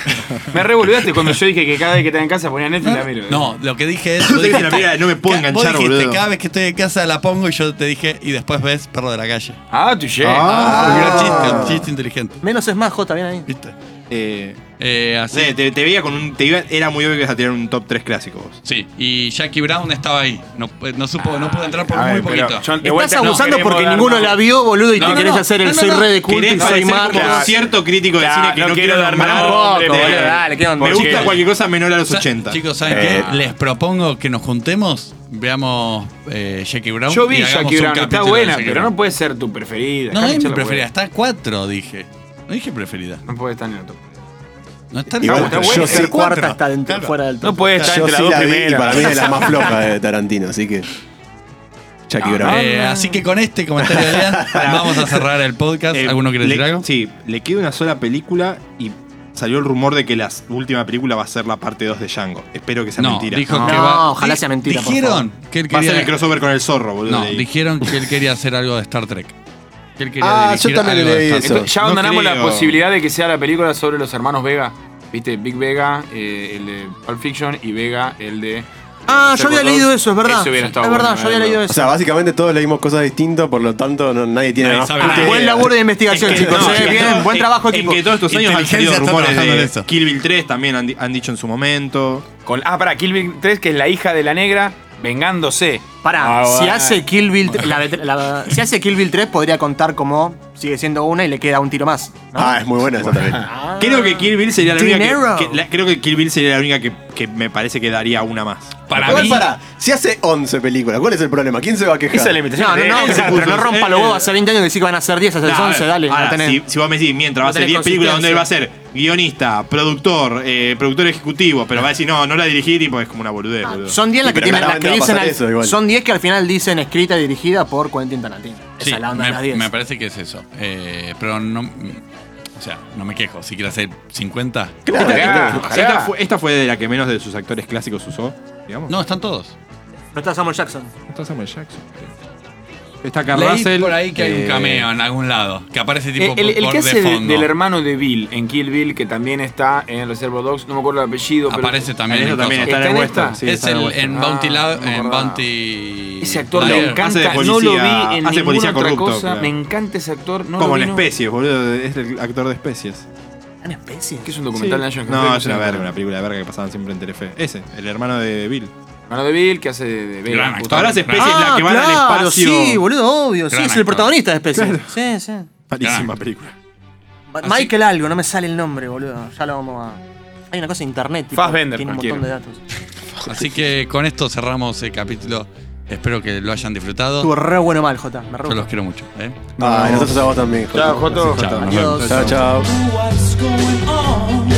S4: Me revolviaste cuando yo dije que cada vez que estaba en casa ponía Netflix y la miro.
S2: No, lo que dije es.
S3: Yo
S2: vos
S3: te dije,
S2: dijiste-
S3: mira, no me puedo
S2: ca- vos
S3: enganchar,
S2: dijiste,
S3: boludo.
S2: Cada vez que estoy en casa la pongo y yo te dije, y después ves perro de la calle.
S4: Ah, tu ye.
S3: Ah.
S2: Era chiste, un chiste inteligente.
S1: Menos es más, J, bien ahí.
S2: ¿Viste?
S3: Eh,
S2: Eh,
S3: sí,
S2: así.
S3: te, te veía con un. Te iba- era muy obvio que ibas a tirar un top 3 clásico vos.
S2: Sí, y Jackie Brown estaba ahí. No, eh, no supo, no pudo entrar por
S4: A
S2: muy
S4: ver, pero
S2: poquito.
S4: yo- de
S1: Estás
S4: vuelta, no
S1: abusando
S4: queremos
S1: porque
S4: dar
S1: ninguno
S4: más-
S1: la vio, boludo, y
S2: No,
S1: te
S2: no,
S1: querés
S2: no.
S1: hacer el
S2: No, no,
S1: soy
S2: no.
S1: re de culto y
S3: Querés
S1: soy
S3: parecer
S1: malo.
S3: como
S4: Claro.
S3: cierto crítico de
S4: Claro,
S3: cine que no,
S4: no
S3: quiero
S4: quiero dar
S3: nombrar.
S4: más nombre,
S3: Porque-
S4: boludo,
S1: dale, ¿qué onda?
S3: Me
S1: Porque-
S3: gusta cualquier cosa menor a los
S2: Sa-
S3: 80.
S2: Chicos, ¿saben
S5: Eh.
S2: qué? Les propongo que nos juntemos, veamos eh, Jackie Brown.
S4: Yo
S2: y
S4: vi
S2: hagamos
S4: Jackie
S2: un
S4: Brown, está
S2: capítulo de
S4: buena,
S2: Jackie
S4: pero
S2: Brown.
S4: no puede ser tu preferida.
S2: No
S4: Acá
S2: es
S4: ya
S2: mi
S4: la
S2: preferida,
S4: puede.
S2: está 4, dije. No dije preferida.
S4: No puede estar en el top.
S2: No está
S5: Igual,
S2: cuatro.
S4: está bueno.
S5: yo sí,
S1: Ser cuarta está dentro,
S2: Claro.
S1: fuera del top.
S4: No puede estar
S5: yo
S4: entre
S5: sí
S4: las dos
S5: la vi y
S4: primeras.
S5: para mí es la más floja de Tarantino, así que. Ya quebró.
S2: Eh, así que con este comentario de Ian, vamos a cerrar el podcast.
S3: Eh,
S2: ¿Alguno quiere
S3: le-
S2: decir algo?
S3: Sí, le queda una sola película y salió el rumor de que la última película va a ser la parte 2 de Django. Espero que sea
S2: no,
S3: mentira.
S2: dijo
S1: No,
S2: que va.
S1: ojalá sea mentira, por
S2: Dijeron que él
S3: Va a ser
S2: quería.
S3: el crossover con el zorro, boludo.
S2: no,
S3: leí.
S2: dijeron que él quería hacer algo de Star Trek. Que él quería
S5: Ah,
S2: dirigir
S5: yo también
S2: algo de
S5: leí
S2: Star
S5: eso.
S2: Trek.
S4: Ya
S3: No
S4: abandonamos la
S3: creo.
S4: posibilidad de que sea la película sobre los hermanos Vega. ¿Viste? Big Vega, eh, el de Pulp Fiction, y Vega, el de.
S1: Ah,
S4: el
S1: yo había
S4: Cerco
S1: leído
S4: Dog.
S1: eso, es verdad.
S4: Eso hubiera
S1: es
S4: estado
S1: verdad,
S4: bueno,
S1: yo había
S4: eh,
S1: leído
S5: O
S1: eso.
S5: sea, básicamente todos leímos cosas distintas, por lo tanto no- nadie tiene
S2: Nadie
S5: más
S2: sabe
S5: puta
S2: nada.
S5: idea.
S1: Buen laburo de investigación,
S3: Es que
S1: chicos.
S3: no,
S1: eh,
S3: es que
S1: bien,
S3: todo-
S1: buen trabajo,
S3: es
S1: equipo.
S3: que todos estos años han
S2: Inteligencia
S3: salido
S2: está
S3: rumores
S2: trabajando en
S3: de
S2: eso.
S3: Kill Bill 3 también han, di- han dicho en su momento.
S4: Con, ah, para Kill Bill 3, que es la hija de la negra, vengándose.
S1: Pará,
S4: Ah,
S1: si
S4: bueno.
S1: hace Kill Bill tre- la de- la- si hace Kill Bill 3 podría contar como sigue siendo una y le queda un tiro más.
S5: Ah, es muy buena esa también.
S3: Creo que Kill Bill sería la única
S1: Dinero.
S3: que, que la- creo que Kill Bill sería la única que, que me parece que daría una más.
S2: Para
S5: Igual
S2: mí,
S5: para, si hace 11 películas, ¿cuál es el problema? ¿Quién se va a quejar?
S4: Esa es la invitación.
S1: No, no, no,
S3: Esa
S1: pero no
S3: puso-
S1: rompa
S4: Eh,
S1: los huevos hace 20 años que sí que van a ser 10, hace
S3: Nah,
S1: 11, dale,
S3: ahora,
S1: no tenés.
S3: si, si vos me decís, mientras va a
S1: No
S3: ser
S1: tenés
S3: 10 películas donde él va a
S1: consistencia.
S3: ser guionista, productor, eh, productor ejecutivo, pero va a decir, no, no la dirigí, tipo, es como una boludez, boludo.
S1: Son 10 las
S5: Y
S1: que
S5: pero
S1: tienen, las
S5: claramente
S1: que
S5: va a
S1: dicen
S5: pasar
S1: al-
S5: eso igual.
S1: son 10 que al final dicen escrita y dirigida por Quentin Tarantino.
S2: sí,
S1: Esa es la onda
S2: me,
S1: de las 10.
S2: me parece que es eso. Eh, pero no. O sea, no me quejo. Si quiere hacer 50.
S5: Claro, claro.
S4: o
S3: esta,
S4: sea,
S3: fue, esta fue de la que menos de sus actores clásicos usó, digamos.
S2: No, están todos.
S1: No está Samuel Jackson.
S3: Está Samuel Jackson. creo. Está Carl
S2: Leí
S3: Russell,
S2: por ahí que hay un
S3: eh,
S2: cameo en algún lado. Que aparece tipo
S4: eh, El, el
S2: por
S4: que
S2: de
S4: hace de-
S2: fondo.
S4: del hermano de Bill en Kill Bill, que también está en Reservoir Dogs, no me acuerdo el apellido, pero.
S2: Aparece también
S3: en
S2: en
S3: eso también
S2: cosas.
S3: está, en
S4: ¿Está en
S3: el western.
S4: esta?
S3: sí,
S2: es
S3: está en
S2: el,
S3: western.
S2: en
S4: Ah,
S2: Bounty Lab-
S4: no me
S2: en
S4: acordaba.
S2: Bounty.
S4: Ese actor
S2: Liar.
S4: me encanta,
S3: Hace de
S4: no lo
S3: policía-
S4: vi en
S3: hace
S4: ninguna
S3: policía
S4: otra
S3: corrupto,
S4: cosa,
S3: claro.
S4: me encanta ese actor, no
S3: Como
S4: lo
S3: en
S4: vi, no.
S3: especies, boludo. Es el actor de especies.
S1: Una especie.
S4: Que es un documental de National
S3: No,
S4: Geographic,
S3: es una
S4: sé.
S3: verga, una película de verga que pasaban siempre en Telefe. Ese, el hermano de Bill. Ah,
S4: Hermano de Bill, que hace de, de Vega,
S2: Gran
S4: justo.
S2: actor.
S3: Ahora es especies la que van al
S1: Ah, claro,
S3: espacio.
S1: sí, boludo, obvio. Sí,
S2: Gran
S1: es
S2: actor.
S1: el protagonista de Especie. Sí, sí.
S3: Malísima
S2: Claro.
S3: película.
S1: Ma- Michael algo, no me sale el nombre, boludo. Ya lo vamos a... Hay una cosa en internet, tipo,
S4: Fassbender,
S1: tiene un montón de datos.
S2: Así que con esto cerramos el capítulo. Espero que lo hayan disfrutado.
S1: Estuvo re bueno mal, Jota. Me
S2: Yo
S1: re gustó.
S2: los quiero mucho. ¿eh?
S5: Ay, Ah, nosotros a vos también. Jota.
S4: Chao, Joto.
S2: Chao, nos vemos.
S1: Adiós.
S5: Chao, chao.
S6: what's going on.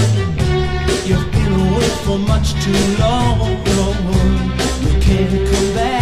S6: You've been away for much too long. You can't come back.